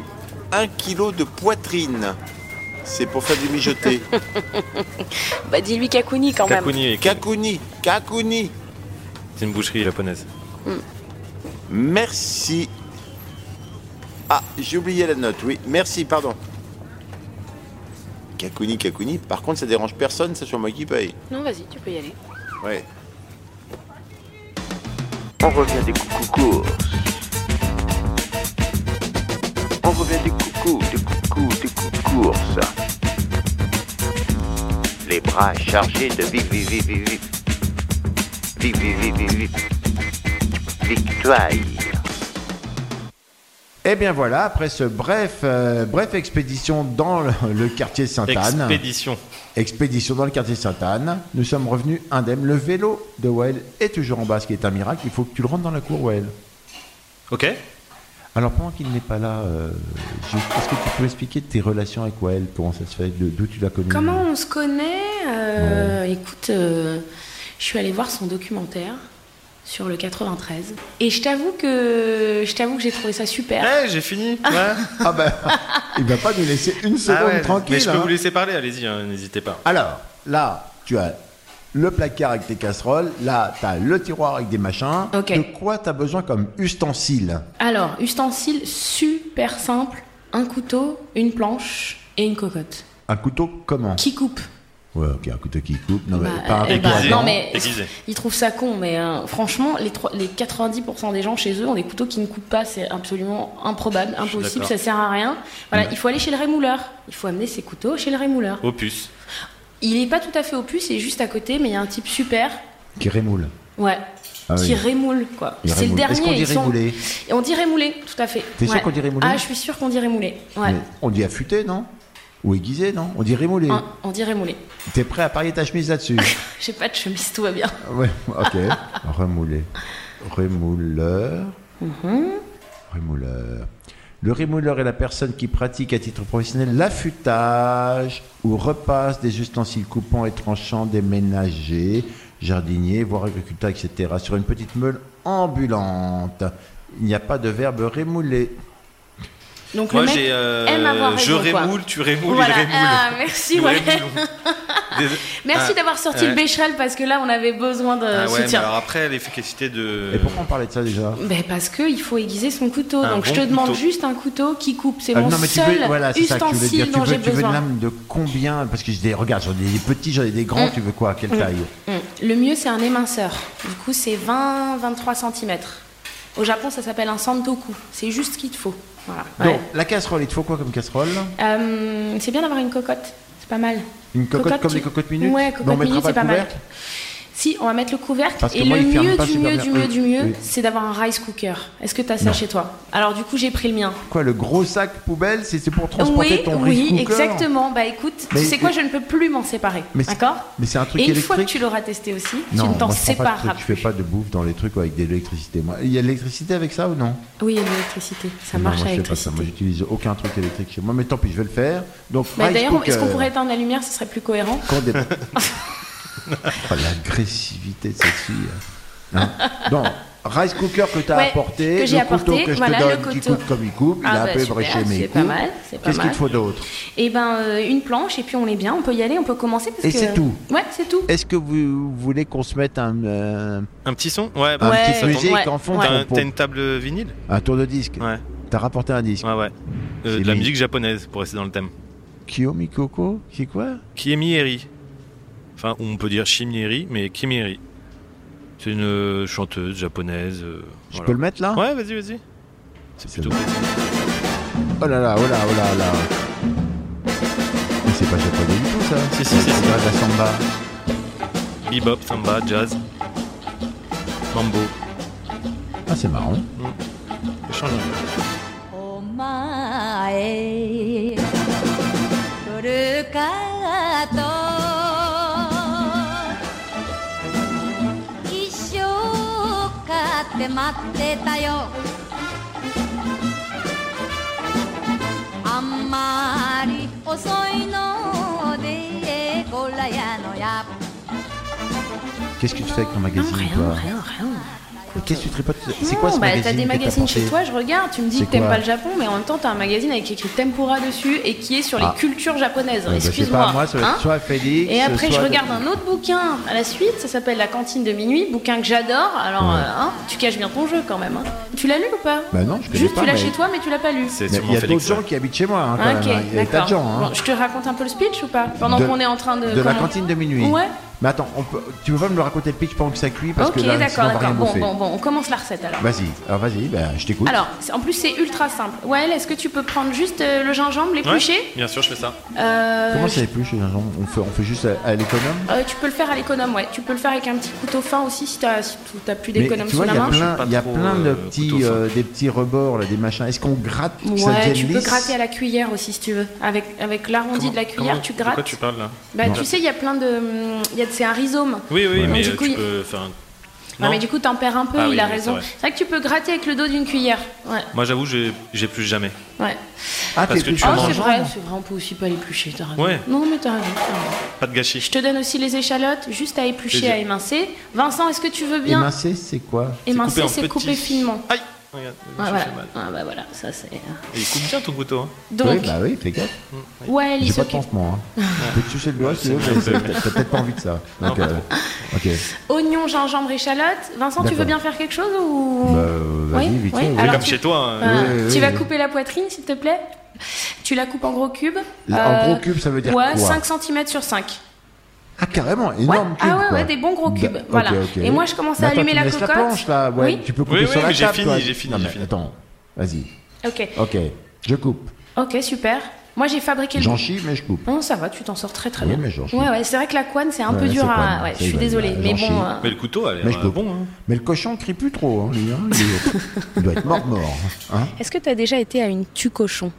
Speaker 5: un kilo de poitrine. C'est pour faire du mijoté.
Speaker 3: Bah, dis-lui Kakuni quand même.
Speaker 4: Kakuni et Kak.
Speaker 5: Kakuni, kakuni.
Speaker 4: C'est une boucherie japonaise.
Speaker 5: Merci. Ah, j'ai oublié la note, oui. Merci, pardon. Kakuni, kakuni. Par contre, ça dérange personne, c'est sur moi qui paye.
Speaker 3: Non, vas-y, tu peux y aller.
Speaker 5: Ouais.
Speaker 1: On revient des coucous courses. On revient des coucous, des coucous, des coucous courses.
Speaker 5: les bras chargés de vive, vive, vive, vive, vive. Vive, vive, vive, vive, vive. Victoire.
Speaker 2: Eh bien voilà, après ce bref, euh, bref expédition dans le, le quartier Sainte-Anne,
Speaker 4: Expédition.
Speaker 2: expédition dans le quartier Sainte-Anne, nous sommes revenus indemnes. Le vélo de Well est toujours en bas, ce qui est un miracle. Il faut que tu le rentres dans la cour, Well.
Speaker 4: Ok.
Speaker 2: Alors pendant qu'il n'est pas là, euh, je- est-ce que tu peux m'expliquer tes relations avec Well Comment ça se fait de- D'où tu l'as connue
Speaker 3: Comment on se connaît Euh, Écoute, euh, je suis allée voir son documentaire sur le 93 et je t'avoue que je t'avoue que j'ai trouvé ça super.
Speaker 4: Eh, j'ai fini. Ouais.
Speaker 2: Ah ben, il va pas nous laisser une seconde
Speaker 4: Ah ouais,
Speaker 2: tranquille.
Speaker 4: Mais je peux
Speaker 2: hein.
Speaker 4: vous laisser parler, allez-y, hein, n'hésitez pas.
Speaker 2: Alors, là, tu as le placard avec tes casseroles, là, tu as le tiroir avec des machins.
Speaker 3: Ok.
Speaker 2: De quoi tu as besoin comme ustensile
Speaker 3: Alors, ustensile super simple, un couteau, une planche et une cocotte
Speaker 2: Un couteau comment
Speaker 3: qui coupe.
Speaker 2: Ouais, ok, un couteau qui coupe. Non,
Speaker 3: Bah,
Speaker 2: mais pas un
Speaker 3: euh,
Speaker 2: couteau
Speaker 3: bah,
Speaker 2: à
Speaker 4: aiguisé.
Speaker 2: dents.
Speaker 3: non mais
Speaker 4: Aiguisé.
Speaker 3: ils trouvent ça con mais euh, franchement les, trois- les 90% des gens chez eux ont des couteaux qui ne coupent pas c'est absolument improbable impossible
Speaker 4: d'accord.
Speaker 3: ça sert à rien voilà il faut aller chez le rémouleur il faut amener ses couteaux chez le rémouleur
Speaker 4: Opus.
Speaker 3: Il est pas tout à fait opus, il est juste à côté, mais il y a un type super,
Speaker 2: Qui rémoule.
Speaker 3: ouais,
Speaker 2: Ah
Speaker 3: qui
Speaker 2: oui.
Speaker 3: rémoule quoi.
Speaker 2: Il
Speaker 3: C'est le
Speaker 2: rémoule.
Speaker 3: dernier.
Speaker 2: Est-ce qu'on dit
Speaker 3: ils sont-
Speaker 2: rémoulé
Speaker 3: Et on dit rémoulé, tout à fait.
Speaker 2: T'es sûr
Speaker 3: Ouais.
Speaker 2: qu'on dit rémoulé
Speaker 3: Ah, je suis sûr qu'on dit rémoulé. Ouais.
Speaker 2: Mais On dit affûté, non Ou aiguisé, non On dit rémoulé.
Speaker 3: On, on dit rémoulé.
Speaker 2: T'es prêt à parier ta chemise là-dessus
Speaker 3: J'ai pas de chemise, tout va bien.
Speaker 2: Ouais, ok. Remoulé. Remouleur.
Speaker 3: Mm-hmm.
Speaker 2: Remouleur. Le remouleur est la personne qui pratique à titre professionnel l'affûtage ou repasse des ustensiles coupants et tranchants des ménagers, jardiniers, voire agriculteurs, etc. sur une petite meule ambulante. Il n'y a pas de verbe remouler.
Speaker 3: Donc
Speaker 4: Moi,
Speaker 3: le mec
Speaker 4: j'ai. euh,
Speaker 3: aime avoir
Speaker 4: je
Speaker 3: raison, quoi.
Speaker 4: rémoule, tu rémoules,
Speaker 3: Voilà.
Speaker 4: il rémoule.
Speaker 3: Ah, merci,
Speaker 4: Nous
Speaker 3: ouais.
Speaker 4: rémoulons. Dés-
Speaker 3: Merci
Speaker 4: Ah,
Speaker 3: d'avoir sorti
Speaker 4: ouais.
Speaker 3: le Bécherel parce que là on avait besoin de
Speaker 4: Ah ouais, mais
Speaker 3: soutien.
Speaker 4: alors après, l'efficacité de.
Speaker 2: Et pourquoi on parlait de ça déjà
Speaker 3: Ben parce que il faut aiguiser son couteau.
Speaker 4: Un
Speaker 3: Donc je te
Speaker 4: bon
Speaker 3: demande
Speaker 4: couteau.
Speaker 3: juste un couteau qui coupe. C'est
Speaker 2: Euh,
Speaker 3: mon
Speaker 2: non, mais tu
Speaker 3: seul
Speaker 2: veux, voilà, c'est ça que tu voulais
Speaker 3: ustensile
Speaker 2: dire. Tu
Speaker 3: dont j'ai
Speaker 2: veux, tu veux une
Speaker 3: besoin.
Speaker 2: lame de combien Parce que je dis, regarde, j'en ai des petits, j'en ai des grands, tu veux quoi Quelle taille
Speaker 3: Mm. Le mieux c'est un éminceur. Du coup c'est 20-23 cm. Au Japon ça s'appelle un santoku. C'est juste ce qu'il te faut. Voilà. Ouais.
Speaker 2: Donc, la casserole, il te faut quoi comme casserole
Speaker 3: Euh, c'est bien d'avoir une cocotte. C'est pas mal.
Speaker 2: Une cocotte comme
Speaker 3: tu-
Speaker 2: les cocottes minutes
Speaker 3: Ouais,
Speaker 2: Mais on
Speaker 3: cocotte
Speaker 2: mettra
Speaker 3: minute,
Speaker 2: pas
Speaker 3: c'est
Speaker 2: le
Speaker 3: pas mal.
Speaker 2: couvercle
Speaker 3: Si, on va mettre le couvercle.
Speaker 2: Parce que
Speaker 3: et
Speaker 2: moi,
Speaker 3: le
Speaker 2: il ferme
Speaker 3: mieux
Speaker 2: pas
Speaker 3: du
Speaker 2: super
Speaker 3: mieux,
Speaker 2: bien.
Speaker 3: du mieux,
Speaker 2: Oui,
Speaker 3: du mieux,
Speaker 2: oui.
Speaker 3: c'est d'avoir un rice cooker. Est-ce que t'as ça
Speaker 2: Non.
Speaker 3: chez toi Alors du coup, j'ai pris le mien.
Speaker 2: Quoi, le gros sac poubelle, c'est c'est pour transporter
Speaker 3: Oui,
Speaker 2: Ah, ton rice
Speaker 3: oui,
Speaker 2: cooker
Speaker 3: exactement. Bah écoute,
Speaker 2: Mais-
Speaker 3: tu sais quoi, je ne peux plus m'en séparer.
Speaker 2: Mais c'est-
Speaker 3: D'accord
Speaker 2: mais c'est un truc
Speaker 3: Et une fois que
Speaker 2: électrique.
Speaker 3: tu l'auras testé aussi,
Speaker 2: Non,
Speaker 3: tu ne t'en
Speaker 2: moi, je prends pas de
Speaker 3: sépareras
Speaker 2: trucs, Je fais pas de bouffe dans les trucs avec de l'électricité. Moi, Il y a de l'électricité avec ça ou non
Speaker 3: Oui, il y a de l'électricité. Ça
Speaker 2: Non,
Speaker 3: marche
Speaker 2: moi,
Speaker 3: avec
Speaker 2: je fais pas ça. Moi,
Speaker 3: l'électricité.
Speaker 2: j'utilise aucun truc électrique chez moi. Mais tant pis, je vais le faire. Donc,
Speaker 3: Bah,
Speaker 2: rice
Speaker 3: D'ailleurs, est-ce qu'on
Speaker 2: cooker.
Speaker 3: pourrait éteindre la lumière Ce serait plus cohérent.
Speaker 2: Quand des- Oh, L'agressivité de cette fille. hein. Non, rice cooker que tu as
Speaker 3: Ouais,
Speaker 2: apporté,
Speaker 3: que j'ai
Speaker 2: le
Speaker 3: apporté,
Speaker 2: couteau que je
Speaker 3: voilà,
Speaker 2: te
Speaker 3: le
Speaker 2: donne qui
Speaker 3: couteau.
Speaker 2: coupe comme il coupe, il
Speaker 3: Ah
Speaker 2: a un
Speaker 3: bah,
Speaker 2: peu
Speaker 3: super,
Speaker 2: bréché mes
Speaker 3: c'est
Speaker 2: coups.
Speaker 3: pas mal, c'est pas
Speaker 2: Qu'est-ce qu'il
Speaker 3: mal.
Speaker 2: te faut d'autre
Speaker 3: Et ben, euh, une planche, et puis on est bien, on peut y aller, on peut commencer. Parce
Speaker 2: Et
Speaker 3: que...
Speaker 2: c'est tout
Speaker 3: Ouais, c'est tout.
Speaker 2: Est-ce que vous voulez qu'on se mette un, euh,
Speaker 4: Un petit son Ouais,
Speaker 2: un
Speaker 4: bah,
Speaker 3: Ouais,
Speaker 2: petit
Speaker 3: ouais,
Speaker 2: musique
Speaker 3: ouais,
Speaker 2: en fond
Speaker 3: ouais.
Speaker 4: t'as un-
Speaker 2: pour-
Speaker 4: t'as une table vinyle
Speaker 2: Un tour de disque.
Speaker 4: Ouais,
Speaker 2: T'as rapporté un disque.
Speaker 4: ouais, ouais. Euh,
Speaker 2: C'est
Speaker 4: de la
Speaker 2: lui.
Speaker 4: musique japonaise, pour rester dans le thème.
Speaker 2: Kiyomikoko C'est quoi
Speaker 4: Kimieri. Enfin, on peut dire Shimieri, mais Kimieri. C'est une euh, chanteuse japonaise. euh,
Speaker 2: Je
Speaker 4: voilà.
Speaker 2: peux le mettre là
Speaker 4: Ouais, vas-y, vas-y. C'est
Speaker 2: C'est
Speaker 4: plutôt.
Speaker 2: Oh là là, oh là, oh là là. Mais c'est pas japonais du tout ça.
Speaker 4: Si, si, si,
Speaker 2: On
Speaker 4: si.
Speaker 2: dirait de la samba.
Speaker 4: Bebop, samba, jazz, mambo.
Speaker 2: Ah, c'est marrant.
Speaker 4: Change un peu.
Speaker 6: お前来るからと一生かって待ってたよあんまり遅いのでこらやのや
Speaker 2: Qu'est-ce que tu fais avec ton
Speaker 3: Non,
Speaker 2: magazine
Speaker 3: rien,
Speaker 2: toi
Speaker 3: rien, rien.
Speaker 2: Qu'est-ce que tu tripotes C'est
Speaker 3: Non,
Speaker 2: quoi ce
Speaker 3: bah,
Speaker 2: magazine
Speaker 3: T'as des
Speaker 2: que
Speaker 3: magazines
Speaker 2: apporté
Speaker 3: chez toi, je regarde, tu me dis
Speaker 2: C'est
Speaker 3: que t'aimes
Speaker 2: quoi
Speaker 3: pas le Japon, mais en même temps, t'as un magazine avec écrit Tempura dessus et qui est sur les
Speaker 2: Ah.
Speaker 3: cultures japonaises.
Speaker 2: Ouais, bah, je sais
Speaker 3: Excuse-moi.
Speaker 2: pas, moi, ça va être
Speaker 3: hein.
Speaker 2: soit Félix,
Speaker 3: Et après, je
Speaker 2: soit-
Speaker 3: regarde un autre bouquin à la suite, ça s'appelle La cantine de minuit, bouquin que j'adore. Alors, euh, hein, tu caches bien ton jeu quand même. hein. Tu l'as lu ou pas
Speaker 2: Bah non, je connais
Speaker 3: Juste,
Speaker 2: pas,
Speaker 3: tu l'as
Speaker 2: mais-
Speaker 3: chez toi, mais tu l'as pas lu.
Speaker 4: C'est
Speaker 2: Mais
Speaker 4: sûrement
Speaker 2: Il y a d'autres
Speaker 4: Félix.
Speaker 2: gens
Speaker 4: ça.
Speaker 2: qui habitent chez moi, hein, quand
Speaker 3: Ah, ok,
Speaker 2: même. hein. Il y a des tas
Speaker 3: d'accord.
Speaker 2: de gens. hein.
Speaker 3: Bon, je te raconte un peu le speech ou pas Pendant
Speaker 2: De-
Speaker 3: qu'on est en train de.
Speaker 2: De la
Speaker 3: comment-
Speaker 2: cantine de minuit.
Speaker 3: Ouais.
Speaker 2: Mais attends, on peut... tu peux pas me le raconter le pitch pendant que ça cuit parce
Speaker 3: Ok,
Speaker 2: que là, sinon,
Speaker 3: d'accord,
Speaker 2: on va rien
Speaker 3: d'accord. Bon,
Speaker 2: bouffer.
Speaker 3: bon, bon, on commence la recette alors.
Speaker 2: Vas-y, alors vas-y, bah, je t'écoute.
Speaker 3: Alors, euh, c'est- en plus, c'est ultra simple. Ouais, est-ce que tu peux prendre juste euh, le gingembre,
Speaker 4: Ouais,
Speaker 3: l'éplucher
Speaker 4: Bien sûr, je fais ça.
Speaker 3: Euh,
Speaker 2: Comment ça épluche les gens on fait, on fait juste à, à l'économe
Speaker 3: euh, tu peux le faire à l'économe, ouais. Tu peux le faire avec un petit couteau fin aussi si t'as si t- t'as plus
Speaker 2: Mais
Speaker 3: d'économe
Speaker 2: tu
Speaker 3: sous
Speaker 2: vois, il
Speaker 3: la
Speaker 2: y a
Speaker 3: main.
Speaker 2: plein,
Speaker 4: pas
Speaker 2: il y a
Speaker 4: trop,
Speaker 2: plein de
Speaker 4: euh,
Speaker 2: petits,
Speaker 4: couteau fin.
Speaker 2: euh, des petits rebords, là, des machins. Est-ce qu'on gratte pour que ça
Speaker 3: Ouais,
Speaker 2: devienne
Speaker 3: tu peux
Speaker 2: lisse
Speaker 3: gratter à la cuillère aussi si tu veux. Avec, avec l'arrondi
Speaker 4: Comment-
Speaker 3: de la cuillère,
Speaker 4: comment-
Speaker 3: tu
Speaker 4: De quoi
Speaker 3: grattes.
Speaker 4: tu parles là
Speaker 3: Bah,
Speaker 2: Non.
Speaker 3: tu sais, il y a plein de. hum, il y a- C'est un rhizome.
Speaker 4: Oui, oui, mais
Speaker 3: du
Speaker 4: euh,
Speaker 3: coup,
Speaker 4: tu
Speaker 3: il-
Speaker 4: peux. enfin,
Speaker 3: Non,
Speaker 4: non.
Speaker 3: mais du coup, t'en perds un peu,
Speaker 4: Ah
Speaker 3: il
Speaker 4: oui,
Speaker 3: a
Speaker 4: oui,
Speaker 3: raison.
Speaker 4: c'est vrai.
Speaker 3: C'est vrai que tu peux gratter avec le dos d'une cuillère. Ouais,
Speaker 4: Moi, j'avoue, j'ai j'ai plus jamais.
Speaker 3: ouais.
Speaker 2: Ah,
Speaker 4: Parce que
Speaker 2: t'épluches
Speaker 4: tu
Speaker 3: Oh,
Speaker 2: le
Speaker 4: manges.
Speaker 3: c'est
Speaker 2: gingembre
Speaker 3: vrai, c'est vrai, on peut aussi pas l'éplucher, t'as raison.
Speaker 4: Ouais.
Speaker 3: Non, mais t'as raison, t'as raison.
Speaker 4: Pas de
Speaker 3: Je
Speaker 4: gâchis.
Speaker 3: te donne aussi les échalotes, juste à éplucher,
Speaker 4: Plaisir.
Speaker 3: à émincer. Vincent, est-ce que tu veux bien
Speaker 2: Émincé, c'est quoi
Speaker 4: coupé
Speaker 3: émincer
Speaker 4: en
Speaker 3: C'est
Speaker 4: petits-
Speaker 3: couper finement.
Speaker 4: Aïe Regarde, je
Speaker 3: Ouais,
Speaker 4: fais
Speaker 3: voilà.
Speaker 4: mal.
Speaker 3: Ah, bah voilà, ça c'est. euh.
Speaker 4: Et il coupe bien ton couteau. hein.
Speaker 3: Donc,
Speaker 2: Oui, bah oui, fais gaffe.
Speaker 3: ouais, il
Speaker 2: J'ai pas de
Speaker 3: s'occupe.
Speaker 2: pansement. Hein. Je peux te sucer le doigt si tu veux, mais c'est- t'as t'as peut-être pas envie de ça. Donc, euh, ok.
Speaker 3: Oignon, gingembre, échalote. Vincent, tu veux
Speaker 2: D'accord.
Speaker 3: bien faire quelque chose ou
Speaker 2: Bah, euh, vas-y,
Speaker 3: Oui,
Speaker 2: vite
Speaker 3: oui.
Speaker 2: fait, oui.
Speaker 4: C'est
Speaker 3: Alors,
Speaker 4: comme
Speaker 3: Ah, tu-
Speaker 4: chez toi. hein.
Speaker 3: Voilà.
Speaker 2: Oui, oui,
Speaker 3: Tu
Speaker 2: oui.
Speaker 3: vas couper la poitrine, s'il te plaît Tu la coupes en gros cubes Euh,
Speaker 2: En gros cube, ça veut dire
Speaker 3: ouais,
Speaker 2: quoi
Speaker 3: 5 cm sur 5.
Speaker 2: Ah, carrément,
Speaker 3: Ouais.
Speaker 2: énorme cube.
Speaker 3: ah ouais,
Speaker 2: quoi.
Speaker 3: ouais, des bons gros cubes.
Speaker 2: Bah,
Speaker 3: voilà.
Speaker 2: ok, ok.
Speaker 3: Et moi, je commence
Speaker 2: Mais
Speaker 3: à
Speaker 2: attends,
Speaker 3: allumer
Speaker 2: tu
Speaker 3: la
Speaker 2: me laisses
Speaker 3: cocotte.
Speaker 2: planche, là, ouais,
Speaker 3: Oui.
Speaker 2: tu peux couper
Speaker 4: Oui,
Speaker 2: sur
Speaker 4: oui,
Speaker 2: la
Speaker 4: mais j'ai
Speaker 2: table,
Speaker 4: fini,
Speaker 2: toi.
Speaker 4: j'ai fini,
Speaker 2: Non,
Speaker 4: j'ai
Speaker 2: mais
Speaker 4: fini.
Speaker 2: Attends, vas-y.
Speaker 3: Ok.
Speaker 2: Ok, je coupe.
Speaker 3: Ok, super. Moi, j'ai fabriqué le.
Speaker 2: J'en chie, mais je coupe.
Speaker 3: Non, ça va, tu t'en sors très très
Speaker 2: Oui,
Speaker 3: bien.
Speaker 2: mais j'en chie.
Speaker 3: ouais, ouais, c'est vrai que la couane, c'est un
Speaker 2: Ouais,
Speaker 3: peu
Speaker 2: c'est
Speaker 3: dur
Speaker 2: couane,
Speaker 3: à. Ouais,
Speaker 2: c'est
Speaker 3: je suis
Speaker 2: vrai,
Speaker 3: désolée,
Speaker 2: j'en
Speaker 3: mais
Speaker 2: chie.
Speaker 3: bon. euh,
Speaker 4: Mais le couteau, elle
Speaker 2: Mais je
Speaker 4: est
Speaker 2: coupe.
Speaker 4: bon. hein.
Speaker 2: Mais le cochon crie plus trop, hein, lui, hein, il, est- il doit être mort-mort. Hein
Speaker 3: Est-ce que t'as déjà été à une tue cochon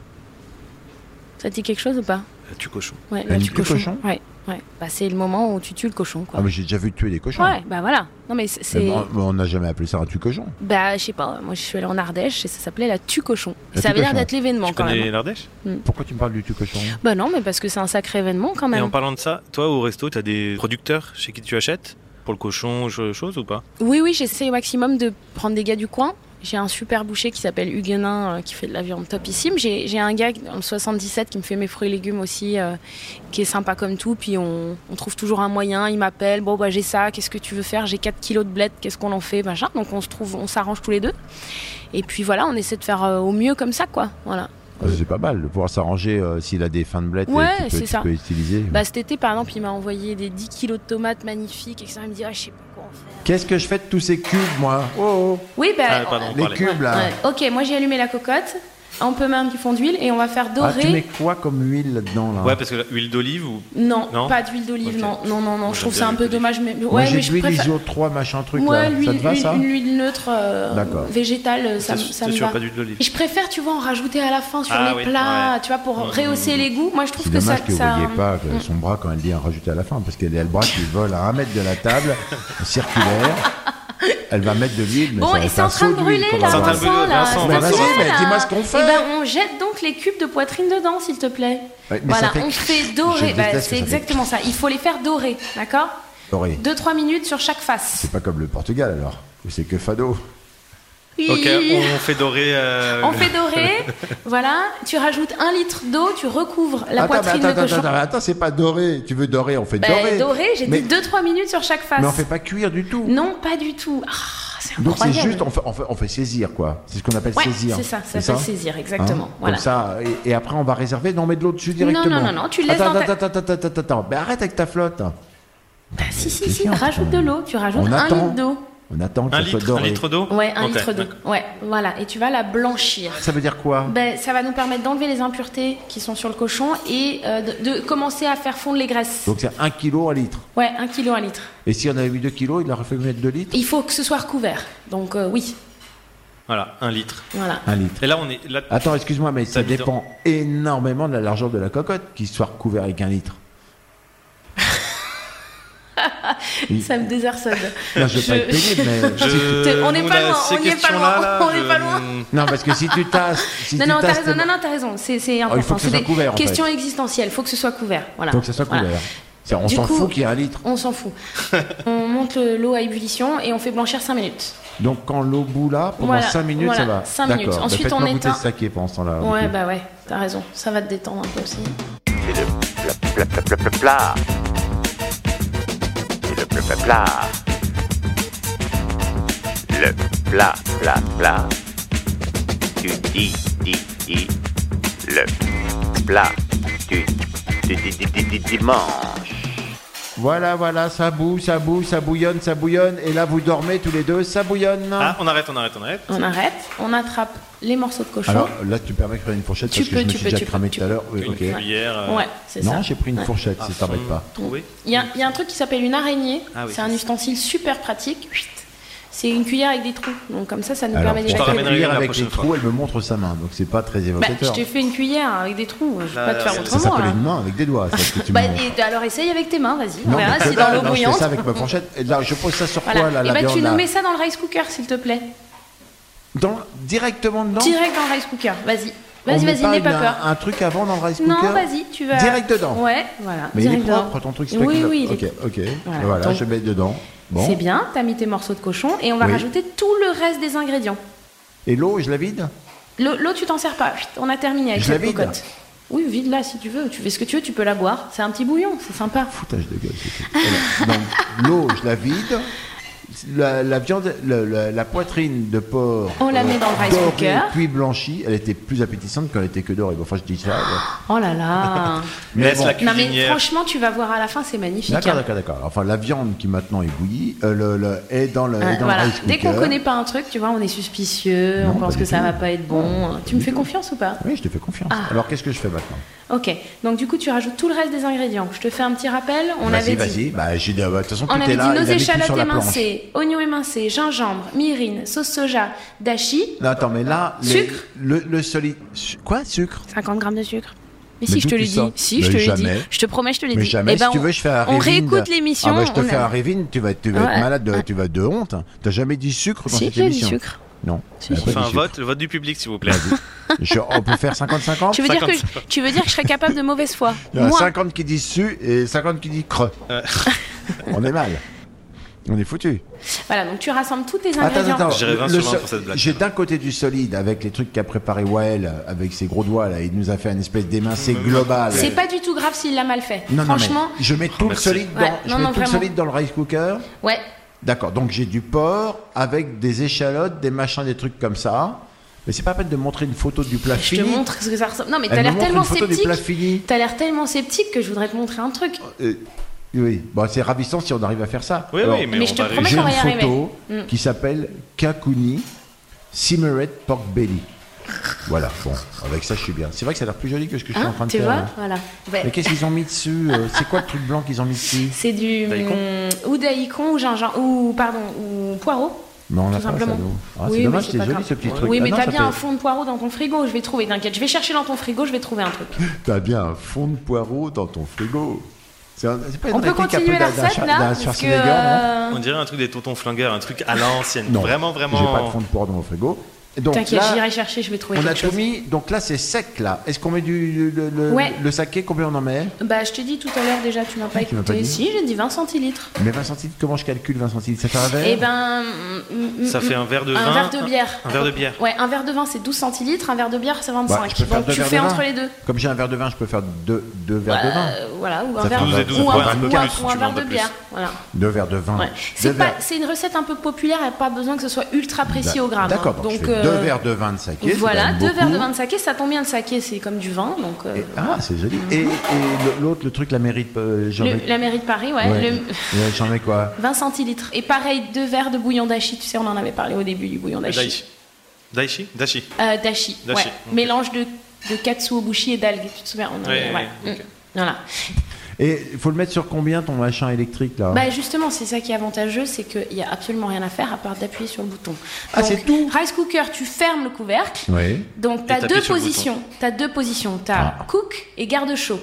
Speaker 3: Ça te dit quelque chose ou pas
Speaker 4: La tue cochon.
Speaker 3: Ouais,
Speaker 2: Une
Speaker 3: tu
Speaker 2: tue cochon
Speaker 3: Ouais, ouais. Bah, c'est le moment où tu tues le cochon, quoi.
Speaker 2: Ah, mais j'ai déjà vu tuer des cochons.
Speaker 3: ouais, bah voilà. Non, mais c'est-
Speaker 2: Mais
Speaker 3: c'est.
Speaker 2: bon, on n'a jamais appelé ça un tue-cochon.
Speaker 3: Bah, je sais pas. Moi, je suis allée en Ardèche et ça s'appelait la tue cochon.
Speaker 2: La
Speaker 3: ça avait l'air
Speaker 2: tue-cochon.
Speaker 3: d'être l'événement
Speaker 4: Tu
Speaker 3: quand
Speaker 4: connais
Speaker 3: même.
Speaker 4: l'Ardèche
Speaker 3: Mm.
Speaker 2: Pourquoi tu me parles du tue-cochon
Speaker 3: Bah non, mais parce que c'est un sacré événement quand
Speaker 4: Et
Speaker 3: même.
Speaker 4: en parlant de ça, toi au resto, t'as des producteurs chez qui tu achètes Pour le cochon, cho- chose ou pas
Speaker 3: Oui, oui, j'essaie au maximum de prendre des gars du coin. J'ai un super boucher qui s'appelle Huguenin euh, qui fait de la viande topissime. J'ai j'ai un gars en 77 qui me fait mes fruits et légumes aussi, euh, qui est sympa comme tout. Puis on, on trouve toujours un moyen. Il m'appelle Bon, bah j'ai ça, qu'est-ce que tu veux faire J'ai 4 kilos de bled, qu'est-ce qu'on en fait Machin. Donc on se trouve, on s'arrange tous les deux. Et puis voilà, on essaie de faire euh, au mieux comme ça, quoi. Voilà.
Speaker 2: Ah, C'est pas mal de pouvoir s'arranger euh, s'il a des fins de blette
Speaker 3: Ouais,
Speaker 2: et qu'il peut,
Speaker 3: c'est ça.
Speaker 2: peut utiliser.
Speaker 3: Bah cet été, par exemple, il m'a envoyé des 10 kilos de tomates magnifiques, etc. Il me dit Ah, je sais pas quoi en faire.
Speaker 2: Qu'est-ce que je fais de tous ces cubes, moi Oh, oh.
Speaker 3: Oui, bah.
Speaker 4: Ah, pardon, on
Speaker 2: Les
Speaker 4: parlait.
Speaker 2: cubes, là
Speaker 3: Ouais. Ok, moi j'ai allumé la cocotte. On peut mettre un petit fond d'huile et on va faire
Speaker 2: Ah,
Speaker 3: dorer.
Speaker 2: tu mets quoi comme huile là-dedans là
Speaker 4: Ouais, parce que la- huile d'olive ou.
Speaker 3: Non,
Speaker 4: Non
Speaker 3: pas d'huile d'olive,
Speaker 4: Ok.
Speaker 3: non, non, non, non.
Speaker 4: Moi,
Speaker 3: Je trouve
Speaker 4: j'aime
Speaker 3: ça
Speaker 4: bien
Speaker 3: un peu
Speaker 4: l'huile
Speaker 3: dommage, mais
Speaker 2: Moi,
Speaker 3: ouais,
Speaker 2: j'ai
Speaker 3: mais
Speaker 2: de
Speaker 3: je
Speaker 2: l'huile
Speaker 3: préfère.
Speaker 2: ISO 3, machin truc là. Ça
Speaker 3: Ouais,
Speaker 2: te
Speaker 3: l'huile
Speaker 2: va ça
Speaker 3: une huile neutre, euh,
Speaker 2: D'accord.
Speaker 3: végétale, euh, ça,
Speaker 4: T'es
Speaker 3: me-
Speaker 4: sûr-
Speaker 3: ça
Speaker 4: t'es
Speaker 3: me
Speaker 4: sûr,
Speaker 3: va.
Speaker 4: pas d'huile d'olive.
Speaker 3: Et je préfère, tu vois, en rajouter à la fin sur
Speaker 4: Ah
Speaker 3: les
Speaker 4: oui,
Speaker 3: plats,
Speaker 4: ouais.
Speaker 3: tu vois, pour
Speaker 4: Mm,
Speaker 3: rehausser les goûts. Moi, je trouve
Speaker 2: C'est
Speaker 3: que ça,
Speaker 2: dommage que vous
Speaker 3: ça- Mm.
Speaker 2: voyez pas que son bras quand elle dit un rajouter à la fin, parce qu'elle a le bras qui vole à un mètre de la table, circulaire. Elle va mettre de l'huile, mais
Speaker 3: Bon,
Speaker 2: ça va
Speaker 3: et
Speaker 2: être
Speaker 3: c'est
Speaker 2: un
Speaker 3: en train
Speaker 2: saut
Speaker 3: de
Speaker 2: d'huile
Speaker 3: brûler
Speaker 2: qu'on va
Speaker 3: là,
Speaker 4: Vincent,
Speaker 2: avoir.
Speaker 3: Vincent, là.
Speaker 4: Vincent,
Speaker 3: ça
Speaker 4: Mais
Speaker 3: brûle,
Speaker 2: vas-y, mais
Speaker 3: là.
Speaker 2: dis-moi ce qu'on fait.
Speaker 3: Eh ben, on jette donc les cubes de poitrine dedans, s'il te plaît.
Speaker 2: Ouais, mais ça
Speaker 3: voilà,
Speaker 2: fait-
Speaker 3: on fait
Speaker 2: Je
Speaker 3: dorer. Bah,
Speaker 2: déteste que ça
Speaker 3: c'est
Speaker 2: fait-
Speaker 3: exactement ça. Il faut les faire dorer, d'accord
Speaker 2: Doré,
Speaker 3: 2-3 minutes sur chaque face.
Speaker 2: C'est pas comme le Portugal alors, où c'est que fado.
Speaker 4: Ok, on fait dorer. euh,
Speaker 3: On fait dorer, voilà. Tu rajoutes un litre d'eau, tu recouvres la
Speaker 2: attends, mais
Speaker 3: poitrine
Speaker 2: attends,
Speaker 3: de
Speaker 2: attends,
Speaker 3: cochon.
Speaker 2: attends, attends, c'est pas doré. Tu veux doré, on fait
Speaker 3: Bah,
Speaker 2: doré.
Speaker 3: doré, j'ai
Speaker 2: mais,
Speaker 3: dit 2-3 minutes sur chaque face.
Speaker 2: Mais on fait pas cuire du tout.
Speaker 3: Non, pas du tout. Ah, c'est
Speaker 2: Donc c'est
Speaker 3: incroyable.
Speaker 2: juste, on fait, on, fait, on fait saisir quoi. C'est ce qu'on appelle
Speaker 3: Ouais,
Speaker 2: saisir.
Speaker 3: c'est ça, ça s'appelle saisir,
Speaker 2: Hein
Speaker 3: exactement. voilà.
Speaker 2: Comme ça, et, et après on va réserver. Non, on met de l'eau dessus
Speaker 3: Non, non,
Speaker 2: directement.
Speaker 3: non, non, tu laisses
Speaker 2: attends,
Speaker 3: dans ta-
Speaker 2: attends, attends, attends, attends, attends. Mais arrête avec ta flotte.
Speaker 3: Bah, si, si,
Speaker 2: C'est
Speaker 3: si,
Speaker 2: chiant,
Speaker 3: rajoute de
Speaker 2: putain.
Speaker 3: l'eau, tu rajoutes
Speaker 2: On
Speaker 3: un
Speaker 2: attend.
Speaker 3: litre d'eau.
Speaker 2: On attend que
Speaker 4: Un
Speaker 2: ça soit
Speaker 4: litre, un
Speaker 2: doré.
Speaker 4: litre d'eau
Speaker 3: Ouais, un
Speaker 4: Ok,
Speaker 3: litre d'eau.
Speaker 4: d'accord.
Speaker 3: Ouais, voilà. Et tu vas la blanchir.
Speaker 2: Ça veut dire quoi
Speaker 3: Ben, ça va nous permettre d'enlever les impuretés qui sont sur le cochon et euh, de, de commencer à faire fondre les graisses.
Speaker 2: Donc c'est un kilo à litre.
Speaker 3: Ouais, un kilo, un litre.
Speaker 2: Et si on avait mis 2 kilos, il aurait fallu mettre 2 litres
Speaker 3: Il faut que ce soit recouvert. Donc euh, oui,
Speaker 4: Voilà, un litre.
Speaker 3: voilà.
Speaker 2: Un litre.
Speaker 4: Et là, on est. Là,
Speaker 2: Attends, excuse-moi, mais ça
Speaker 4: T'as mis
Speaker 2: dépend énormément de la largeur de la cocotte qui soit recouvert avec un litre. Il-
Speaker 3: Ça me désarçonne.
Speaker 2: Non, je veux pas
Speaker 3: Je-
Speaker 2: être pénible, mais...
Speaker 4: je-
Speaker 3: On n'est pas
Speaker 4: a
Speaker 3: loin,
Speaker 4: ces
Speaker 3: on n'y est pas
Speaker 4: questions-là,
Speaker 3: loin,
Speaker 4: là,
Speaker 3: on n'est
Speaker 4: je-
Speaker 3: pas loin.
Speaker 2: Non, parce que si tu tasses... Si
Speaker 3: Non,
Speaker 2: tu
Speaker 3: non, t'as
Speaker 2: tasses,
Speaker 3: raison,
Speaker 2: t'es- Ah
Speaker 3: non, non, t'as raison, c'est c'est
Speaker 2: faut
Speaker 3: important.
Speaker 2: que ce
Speaker 3: c'est
Speaker 2: soit
Speaker 3: des
Speaker 2: couvert, en fait.
Speaker 3: questions existentielles, il faut que ce soit couvert. Voilà.
Speaker 2: Faut que ça soit couvert.
Speaker 3: Voilà.
Speaker 2: C'est- On
Speaker 3: Du
Speaker 2: s'en
Speaker 3: coup-
Speaker 2: fout qu'il y ait un litre.
Speaker 3: On s'en fout. on monte le- l'eau à ébullition et on fait blanchir 5 minutes.
Speaker 2: Donc quand l'eau bout là, pendant
Speaker 3: Voilà,
Speaker 2: 5 minutes,
Speaker 3: voilà,
Speaker 2: ça va.
Speaker 3: cinq minutes.
Speaker 2: D'accord. Bah,
Speaker 3: Ensuite,
Speaker 2: faites-moi
Speaker 3: on
Speaker 2: goûter
Speaker 3: éteint.
Speaker 2: ce saké pendant ce temps-là.
Speaker 3: Ouais,
Speaker 2: ok.
Speaker 3: bah ouais, t'as raison. Ça va te détendre un peu aussi.
Speaker 1: C'est le plat, plat, plat, plat, plat, plat. C'est le plat, plat, plat. Le plat, plat, plat. Tu dis, dis, dis. Le plat du, du, du, du- du- du dimanche.
Speaker 2: Voilà, voilà, ça boue, ça boue, ça bouillonne, ça bouillonne. Et là, vous dormez tous les deux, ça bouillonne.
Speaker 4: Ah, on arrête, on arrête, on arrête.
Speaker 3: On arrête, on attrape les morceaux de cochon.
Speaker 2: Alors là, tu permets que je prenne une fourchette
Speaker 3: Tu
Speaker 2: parce que
Speaker 3: peux,
Speaker 2: je me
Speaker 3: tu
Speaker 2: suis
Speaker 3: peux,
Speaker 2: déjà
Speaker 3: tu peux,
Speaker 2: cramé
Speaker 3: tu
Speaker 2: tout à
Speaker 3: peux.
Speaker 2: l'heure. Oui, ok.
Speaker 4: Cuillère. euh,
Speaker 3: ouais, c'est ça.
Speaker 2: Non, j'ai pris une
Speaker 3: Ouais.
Speaker 2: fourchette, si ça
Speaker 4: à
Speaker 2: t'embête
Speaker 4: fond,
Speaker 2: pas.
Speaker 4: trouvé.
Speaker 3: Il y, a- il y a un truc qui s'appelle une araignée.
Speaker 4: Ah oui.
Speaker 3: C'est un ustensile super pratique. Chut. C'est une cuillère avec des trous. Donc comme ça, ça nous
Speaker 2: Alors,
Speaker 3: permet
Speaker 4: je t'en
Speaker 2: pour
Speaker 4: ramènerai
Speaker 3: d'évacuer.
Speaker 4: une
Speaker 2: cuillère
Speaker 4: la
Speaker 2: avec les
Speaker 4: prochaine
Speaker 2: trous, elle me montre sa main, donc c'est pas très
Speaker 3: Bah, je
Speaker 2: évocateur.
Speaker 3: t'ai fait une cuillère avec des trous. Je vais
Speaker 4: Là,
Speaker 3: pas te faire
Speaker 4: là, Bah, ça
Speaker 2: ça
Speaker 3: autrement.
Speaker 2: s'appelle
Speaker 3: là.
Speaker 2: une main avec des doigts, c'est ce que tu
Speaker 3: Bah,
Speaker 2: me montres.
Speaker 3: et- alors essaye avec tes mains, vas-y. On
Speaker 2: Non,
Speaker 3: verra
Speaker 2: mais que
Speaker 3: si dans
Speaker 2: dalle,
Speaker 3: l'eau
Speaker 2: non, je fais
Speaker 3: bouillante.
Speaker 2: ça avec ma fourchette. Et là, je pose ça sur quoi,
Speaker 3: Voilà.
Speaker 2: là,
Speaker 3: Et
Speaker 2: la
Speaker 3: bah tu
Speaker 2: viande,
Speaker 3: nous
Speaker 2: là
Speaker 3: mets ça dans le rice cooker, s'il te plaît.
Speaker 2: Dans- Directement dedans
Speaker 3: Direct dans le rice cooker. Vas-y.
Speaker 2: On
Speaker 3: Vas-y,
Speaker 2: met
Speaker 3: vas-y,
Speaker 2: pas
Speaker 3: n'aie pas
Speaker 2: une-
Speaker 3: peur.
Speaker 2: Un truc avant dans le rice cooker
Speaker 3: Non, vas-y, tu vas.
Speaker 2: Direct dedans
Speaker 3: Ouais, voilà.
Speaker 2: Mais il est
Speaker 3: direct dedans.
Speaker 2: propre ton truc, c'est toi qui
Speaker 3: Oui,
Speaker 2: l'as-
Speaker 3: oui. il est-
Speaker 2: Ok, ok.
Speaker 3: Voilà,
Speaker 2: Voilà,
Speaker 3: donc-
Speaker 2: je mets dedans.
Speaker 3: C'est
Speaker 2: Bon.
Speaker 3: bien, t'as mis tes morceaux de cochon et on va
Speaker 2: Oui.
Speaker 3: rajouter tout le reste des ingrédients.
Speaker 2: Et l'eau, je la vide
Speaker 3: L'eau, l'eau, tu t'en sers pas. Chut, On a terminé avec
Speaker 2: Je la
Speaker 3: cette
Speaker 2: vide.
Speaker 3: cocotte. Oui, vide là si tu veux. Tu fais ce que tu veux, tu peux la boire. C'est un petit bouillon, c'est sympa.
Speaker 2: Foutage de gueule. c'est tout. Voilà. Donc, l'eau, je la vide. La, la viande, le- la, la poitrine de porc.
Speaker 3: On la met dans le rice
Speaker 2: dorée,
Speaker 3: cooker.
Speaker 2: Puis blanchie, elle était plus appétissante quand elle était que dorée. Bon, enfin, je dis ça. ouais.
Speaker 3: Oh là là.
Speaker 2: Mais
Speaker 4: Laisse
Speaker 2: bon.
Speaker 4: la
Speaker 3: non mais
Speaker 4: cuisinière.
Speaker 3: franchement, tu vas voir à la fin, c'est magnifique.
Speaker 2: D'accord,
Speaker 3: hein.
Speaker 2: d'accord, d'accord. Enfin, la viande qui maintenant est bouillie euh, le, le- est dans le,
Speaker 3: Euh,
Speaker 2: est dans
Speaker 3: voilà.
Speaker 2: le rice
Speaker 3: Dès qu'on
Speaker 2: cooker.
Speaker 3: connaît pas un truc, tu vois, on est suspicieux,
Speaker 2: Non,
Speaker 3: on pense
Speaker 2: pas
Speaker 3: que
Speaker 2: du
Speaker 3: ça
Speaker 2: tout.
Speaker 3: va pas être bon.
Speaker 2: Non,
Speaker 3: tu me
Speaker 2: du
Speaker 3: fais
Speaker 2: tout.
Speaker 3: confiance ou pas
Speaker 2: Oui, je te fais confiance.
Speaker 3: Ah.
Speaker 2: Alors, qu'est-ce que je fais maintenant
Speaker 3: Ok. Donc du coup, tu rajoutes tout le reste des ingrédients. Je te fais un petit rappel. On
Speaker 2: Vas-y,
Speaker 3: avait dit.
Speaker 2: vas-y. Bah, j'ai dit, ah, bah, de toute façon,
Speaker 3: On
Speaker 2: tout
Speaker 3: avait
Speaker 2: est là.
Speaker 3: dit
Speaker 2: il a
Speaker 3: nos
Speaker 2: mis tout
Speaker 3: échalotes
Speaker 2: sur la planche.
Speaker 3: émincées, oignons émincés, gingembre, myrrhine, sauce soja, dashi,
Speaker 2: Non, attends, mais là, les-
Speaker 3: Sucre
Speaker 2: le, le solide. Su- Quoi, sucre
Speaker 3: 50 grammes de sucre. Mais,
Speaker 2: Mais
Speaker 3: si, je
Speaker 2: d'où
Speaker 3: te
Speaker 2: tu
Speaker 3: l'ai
Speaker 2: sors
Speaker 3: dit. Si, je
Speaker 2: Mais
Speaker 3: te l'ai dit.
Speaker 2: jamais.
Speaker 3: Je te promets, je te l'ai dit.
Speaker 2: Mais jamais,
Speaker 3: Eh ben,
Speaker 2: si tu
Speaker 3: on-
Speaker 2: veux, je fais un
Speaker 3: On
Speaker 2: Révine.
Speaker 3: réécoute l'émission.
Speaker 2: Ah bah, je te
Speaker 3: on
Speaker 2: fais
Speaker 3: a-
Speaker 2: un révine, tu vas, tu vas
Speaker 3: Ouais.
Speaker 2: être malade, de, tu vas être de honte. hein. T'as jamais dit sucre dans
Speaker 3: Si,
Speaker 2: cette
Speaker 3: j'ai du
Speaker 2: émission.
Speaker 3: sucre.
Speaker 2: Non.
Speaker 3: Si,
Speaker 2: elle a
Speaker 3: si.
Speaker 2: pas
Speaker 4: On
Speaker 2: dit
Speaker 4: fait un
Speaker 2: sucre.
Speaker 4: vote, le vote du public, s'il vous plaît.
Speaker 2: Je- on peut faire 50-50
Speaker 3: Tu veux, dire que je, tu veux dire que je serais capable de mauvaise foi
Speaker 2: Il y en a
Speaker 3: Moi,
Speaker 2: 50 qui disent su et 50 qui disent creux.
Speaker 4: Ouais.
Speaker 2: On est mal. On est foutu.
Speaker 3: voilà, donc tu rassembles tous tes
Speaker 2: Attends,
Speaker 3: ingrédients.
Speaker 2: attends.
Speaker 4: J'irai
Speaker 2: Le-
Speaker 4: 20
Speaker 2: le
Speaker 4: sur 20
Speaker 2: sol-
Speaker 4: pour cette blague.
Speaker 2: J'ai d'un côté du solide avec les trucs qu'a préparé Wael euh, avec ses gros doigts là. Il nous a fait une espèce d'émincé global.
Speaker 3: C'est pas du tout grave s'il l'a mal fait.
Speaker 2: Non, non, mais
Speaker 3: Franchement,
Speaker 2: je mets tout le
Speaker 4: Merci.
Speaker 2: solide dans,
Speaker 3: Ouais,
Speaker 2: je
Speaker 3: non,
Speaker 2: mets
Speaker 3: non,
Speaker 2: tout le
Speaker 3: vraiment.
Speaker 2: solide dans le rice cooker.
Speaker 3: ouais.
Speaker 2: D'accord. Donc j'ai du porc avec des échalotes, des machins, des trucs comme ça. Mais c'est pas la peine de montrer une photo du plat
Speaker 3: Je te
Speaker 2: fini.
Speaker 3: montre ce que ça ressemble. Non, mais
Speaker 2: Elle
Speaker 3: t'as
Speaker 2: me
Speaker 3: l'air
Speaker 2: montre
Speaker 3: tellement
Speaker 2: une photo du
Speaker 3: sceptique.
Speaker 2: plat fini.
Speaker 3: T'as l'air tellement sceptique que je voudrais te montrer un truc.
Speaker 2: Euh, oui. Bon, c'est ravissant si on arrive à faire ça.
Speaker 4: Oui,
Speaker 2: Alors,
Speaker 4: oui, mais,
Speaker 3: mais
Speaker 4: on
Speaker 3: je te
Speaker 4: va
Speaker 3: promets
Speaker 2: J'ai
Speaker 4: réussir.
Speaker 3: qu'on
Speaker 2: une
Speaker 3: va y arriver. Mm.
Speaker 2: photo qui s'appelle Kakuni Simmered Pork Belly. Voilà, bon, avec ça je suis bien. C'est vrai que ça a l'air plus joli que ce que je suis
Speaker 3: Hein,
Speaker 2: en train de
Speaker 3: tu
Speaker 2: faire.
Speaker 3: vois
Speaker 2: là.
Speaker 3: Voilà. Ouais.
Speaker 2: Mais qu'est-ce qu'ils ont mis dessus euh, C'est quoi le truc blanc qu'ils ont mis dessus
Speaker 3: C'est du.
Speaker 4: Daikon
Speaker 3: hum, ou daikon, ou gingembre. Ou, pardon, ou poireau.
Speaker 2: Mais on
Speaker 3: Tout
Speaker 2: a pas ça,
Speaker 3: simplement.
Speaker 2: nous. Ah,
Speaker 3: Oui,
Speaker 2: c'est
Speaker 3: mais
Speaker 2: dommage,
Speaker 3: c'est
Speaker 2: c'est
Speaker 3: pas
Speaker 2: joli
Speaker 3: grave.
Speaker 2: ce petit truc.
Speaker 3: oui,
Speaker 2: Ah
Speaker 3: mais
Speaker 2: non,
Speaker 3: t'as
Speaker 2: ça
Speaker 3: bien
Speaker 2: fait-
Speaker 3: un fond de poireau dans ton frigo, je vais trouver, t'inquiète. Je vais chercher dans ton frigo, je vais trouver un truc.
Speaker 2: T'as bien un fond de poireau dans ton frigo. C'est un- c'est pas
Speaker 3: On
Speaker 2: une
Speaker 3: peut
Speaker 2: réplique un peu
Speaker 3: continuer la
Speaker 2: d'un- d'un
Speaker 3: recette
Speaker 2: Schwar-
Speaker 3: là
Speaker 2: d'un
Speaker 3: Parce que.
Speaker 2: Schwarzenegger, non
Speaker 3: euh,
Speaker 4: On dirait un truc des tontons flingueurs, un truc à l'ancienne.
Speaker 2: Non,
Speaker 4: Vraiment, vraiment.
Speaker 2: J'ai pas de fond de poireau dans mon frigo. Et Donc
Speaker 3: T'inquiète,
Speaker 2: là,
Speaker 3: j'irai chercher, je vais trouver
Speaker 2: on a
Speaker 3: quelque
Speaker 2: tout
Speaker 3: chose.
Speaker 2: mis. Donc là, c'est sec là. Est-ce qu'on met du le, le-
Speaker 3: Ouais.
Speaker 2: le saké Combien on en met
Speaker 3: Bah, je t'ai dit tout à l'heure déjà, tu m'as pas
Speaker 2: Tu m'as
Speaker 3: écouté.
Speaker 2: pas dit.
Speaker 3: si, j'ai dit 20 centilitres.
Speaker 2: Mais 20 centilitres, comment je calcule 20 centilitres Ça fait un verre
Speaker 3: Eh ben. mm, mm,
Speaker 4: Ça
Speaker 3: mm,
Speaker 4: fait un verre de
Speaker 3: un
Speaker 4: vin.
Speaker 3: verre de bière.
Speaker 4: Un verre de bière.
Speaker 3: Ouais, un verre de vin c'est 12 centilitres, un verre de bière c'est
Speaker 2: Bah,
Speaker 3: 25.
Speaker 2: je peux faire
Speaker 3: Donc
Speaker 2: deux
Speaker 3: tu
Speaker 2: verres
Speaker 3: fais
Speaker 2: de vin.
Speaker 3: entre les deux.
Speaker 2: Comme j'ai un verre de vin, je peux faire deux, deux verres de vin.
Speaker 3: Euh, voilà, ou
Speaker 2: Ça
Speaker 3: un
Speaker 2: fait
Speaker 3: verre
Speaker 2: douze
Speaker 3: de
Speaker 2: et douze,
Speaker 3: ou
Speaker 2: ça
Speaker 3: un,
Speaker 2: fait un peu
Speaker 3: ou
Speaker 4: quatre.
Speaker 3: un-
Speaker 4: Tu
Speaker 3: ou un
Speaker 4: veux un
Speaker 3: verre
Speaker 4: peu
Speaker 3: de
Speaker 4: plus.
Speaker 3: bière. Voilà.
Speaker 2: Deux verres de vin.
Speaker 3: Ouais.
Speaker 2: Deux
Speaker 3: C'est pas-
Speaker 2: verres-
Speaker 3: c'est une recette un peu populaire, et pas besoin que ce soit ultra précis au gramme.
Speaker 2: Bah, D'accord,
Speaker 3: hein.
Speaker 2: donc, je fais
Speaker 3: euh,
Speaker 2: deux verres de vin de saké. c'est quand
Speaker 3: Voilà,
Speaker 2: même
Speaker 3: deux verres de
Speaker 2: beaucoup.
Speaker 3: vin de saké, ça tombe bien le saké, c'est comme du vin. Donc, euh,
Speaker 2: Et- ah, c'est joli. Et, et le- l'autre, le truc, la mairie de. euh, j'en
Speaker 3: le-
Speaker 2: mets-
Speaker 3: la mairie de Paris, ouais.
Speaker 2: Ouais.
Speaker 3: le-
Speaker 2: Ouais, J'en mets quoi
Speaker 3: 20 centilitres. Et pareil, deux verres de bouillon d'ashi, tu sais, on en avait parlé au début du bouillon d'ashi.
Speaker 4: Daichi. Daichi Daichi.
Speaker 3: Euh, dashi, ouais.
Speaker 4: Dashi, ok.
Speaker 3: Mélange de, de katsuobushi et d'algues, tu te souviens on en avait-
Speaker 4: Ouais,
Speaker 3: ouais.
Speaker 4: ouais, ok.
Speaker 3: Mm. Voilà.
Speaker 2: Et il faut le mettre sur combien ton machin électrique là
Speaker 3: Bah justement, c'est ça qui est avantageux, c'est qu'il n'y a absolument rien à faire à part d'appuyer sur le bouton.
Speaker 2: Ah,
Speaker 3: Donc,
Speaker 2: c'est tout
Speaker 3: Rice cooker, tu fermes le couvercle.
Speaker 2: Oui.
Speaker 3: Donc tu as
Speaker 4: t'appuies
Speaker 3: deux
Speaker 4: sur le
Speaker 3: positions. Tu as deux positions. Tu as
Speaker 2: Ah.
Speaker 3: cook et garde chaud.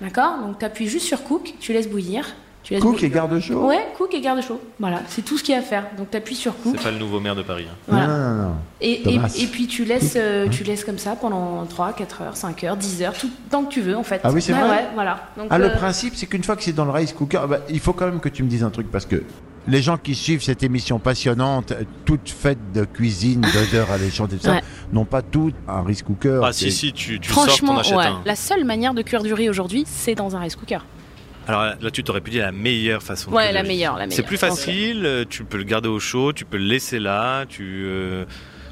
Speaker 3: D'accord Donc tu appuies juste sur cook, tu laisses bouillir. Tu laisses
Speaker 2: Cook et
Speaker 3: bouillir.
Speaker 2: garde chaud
Speaker 3: Ouais, cook et garde chaud. Voilà, c'est tout ce qu'il y a à faire. Donc tu appuies sur cook.
Speaker 4: C'est pas le nouveau maire de Paris. hein.
Speaker 2: Non,
Speaker 3: Voilà.
Speaker 2: non, non, Hein non.
Speaker 3: Et, et,
Speaker 2: Thomas.
Speaker 3: et puis tu laisses, euh, tu laisses comme ça pendant 3, 4 heures, 5 heures, 10 heures, tout tant que tu veux en fait.
Speaker 2: Ah oui, c'est
Speaker 3: Ouais,
Speaker 2: vrai
Speaker 3: ouais, voilà. Donc,
Speaker 2: Ah,
Speaker 3: euh,
Speaker 2: le principe, c'est qu'une fois que c'est dans le rice cooker, bah, il faut quand même que tu me dises un truc parce que les gens qui suivent cette émission passionnante, euh, toute faite de cuisine, d'odeur alléchante et tout ça,
Speaker 3: Ouais.
Speaker 2: n'ont pas tout un rice cooker.
Speaker 4: Ah
Speaker 2: Et-
Speaker 4: si, si, tu, tu sors, hein. t'en
Speaker 3: Franchement,
Speaker 4: achètes
Speaker 3: ouais.
Speaker 4: un.
Speaker 3: la seule manière de cuire du riz aujourd'hui, c'est dans un rice cooker.
Speaker 4: Alors là, tu t'aurais pu dire la meilleure façon. de
Speaker 3: Ouais,
Speaker 4: faire
Speaker 3: la
Speaker 4: le riz.
Speaker 3: meilleure, la meilleure.
Speaker 4: euh, C'est plus
Speaker 3: Donc,
Speaker 4: facile, euh, tu peux le garder au chaud, tu peux le laisser là, tu, euh,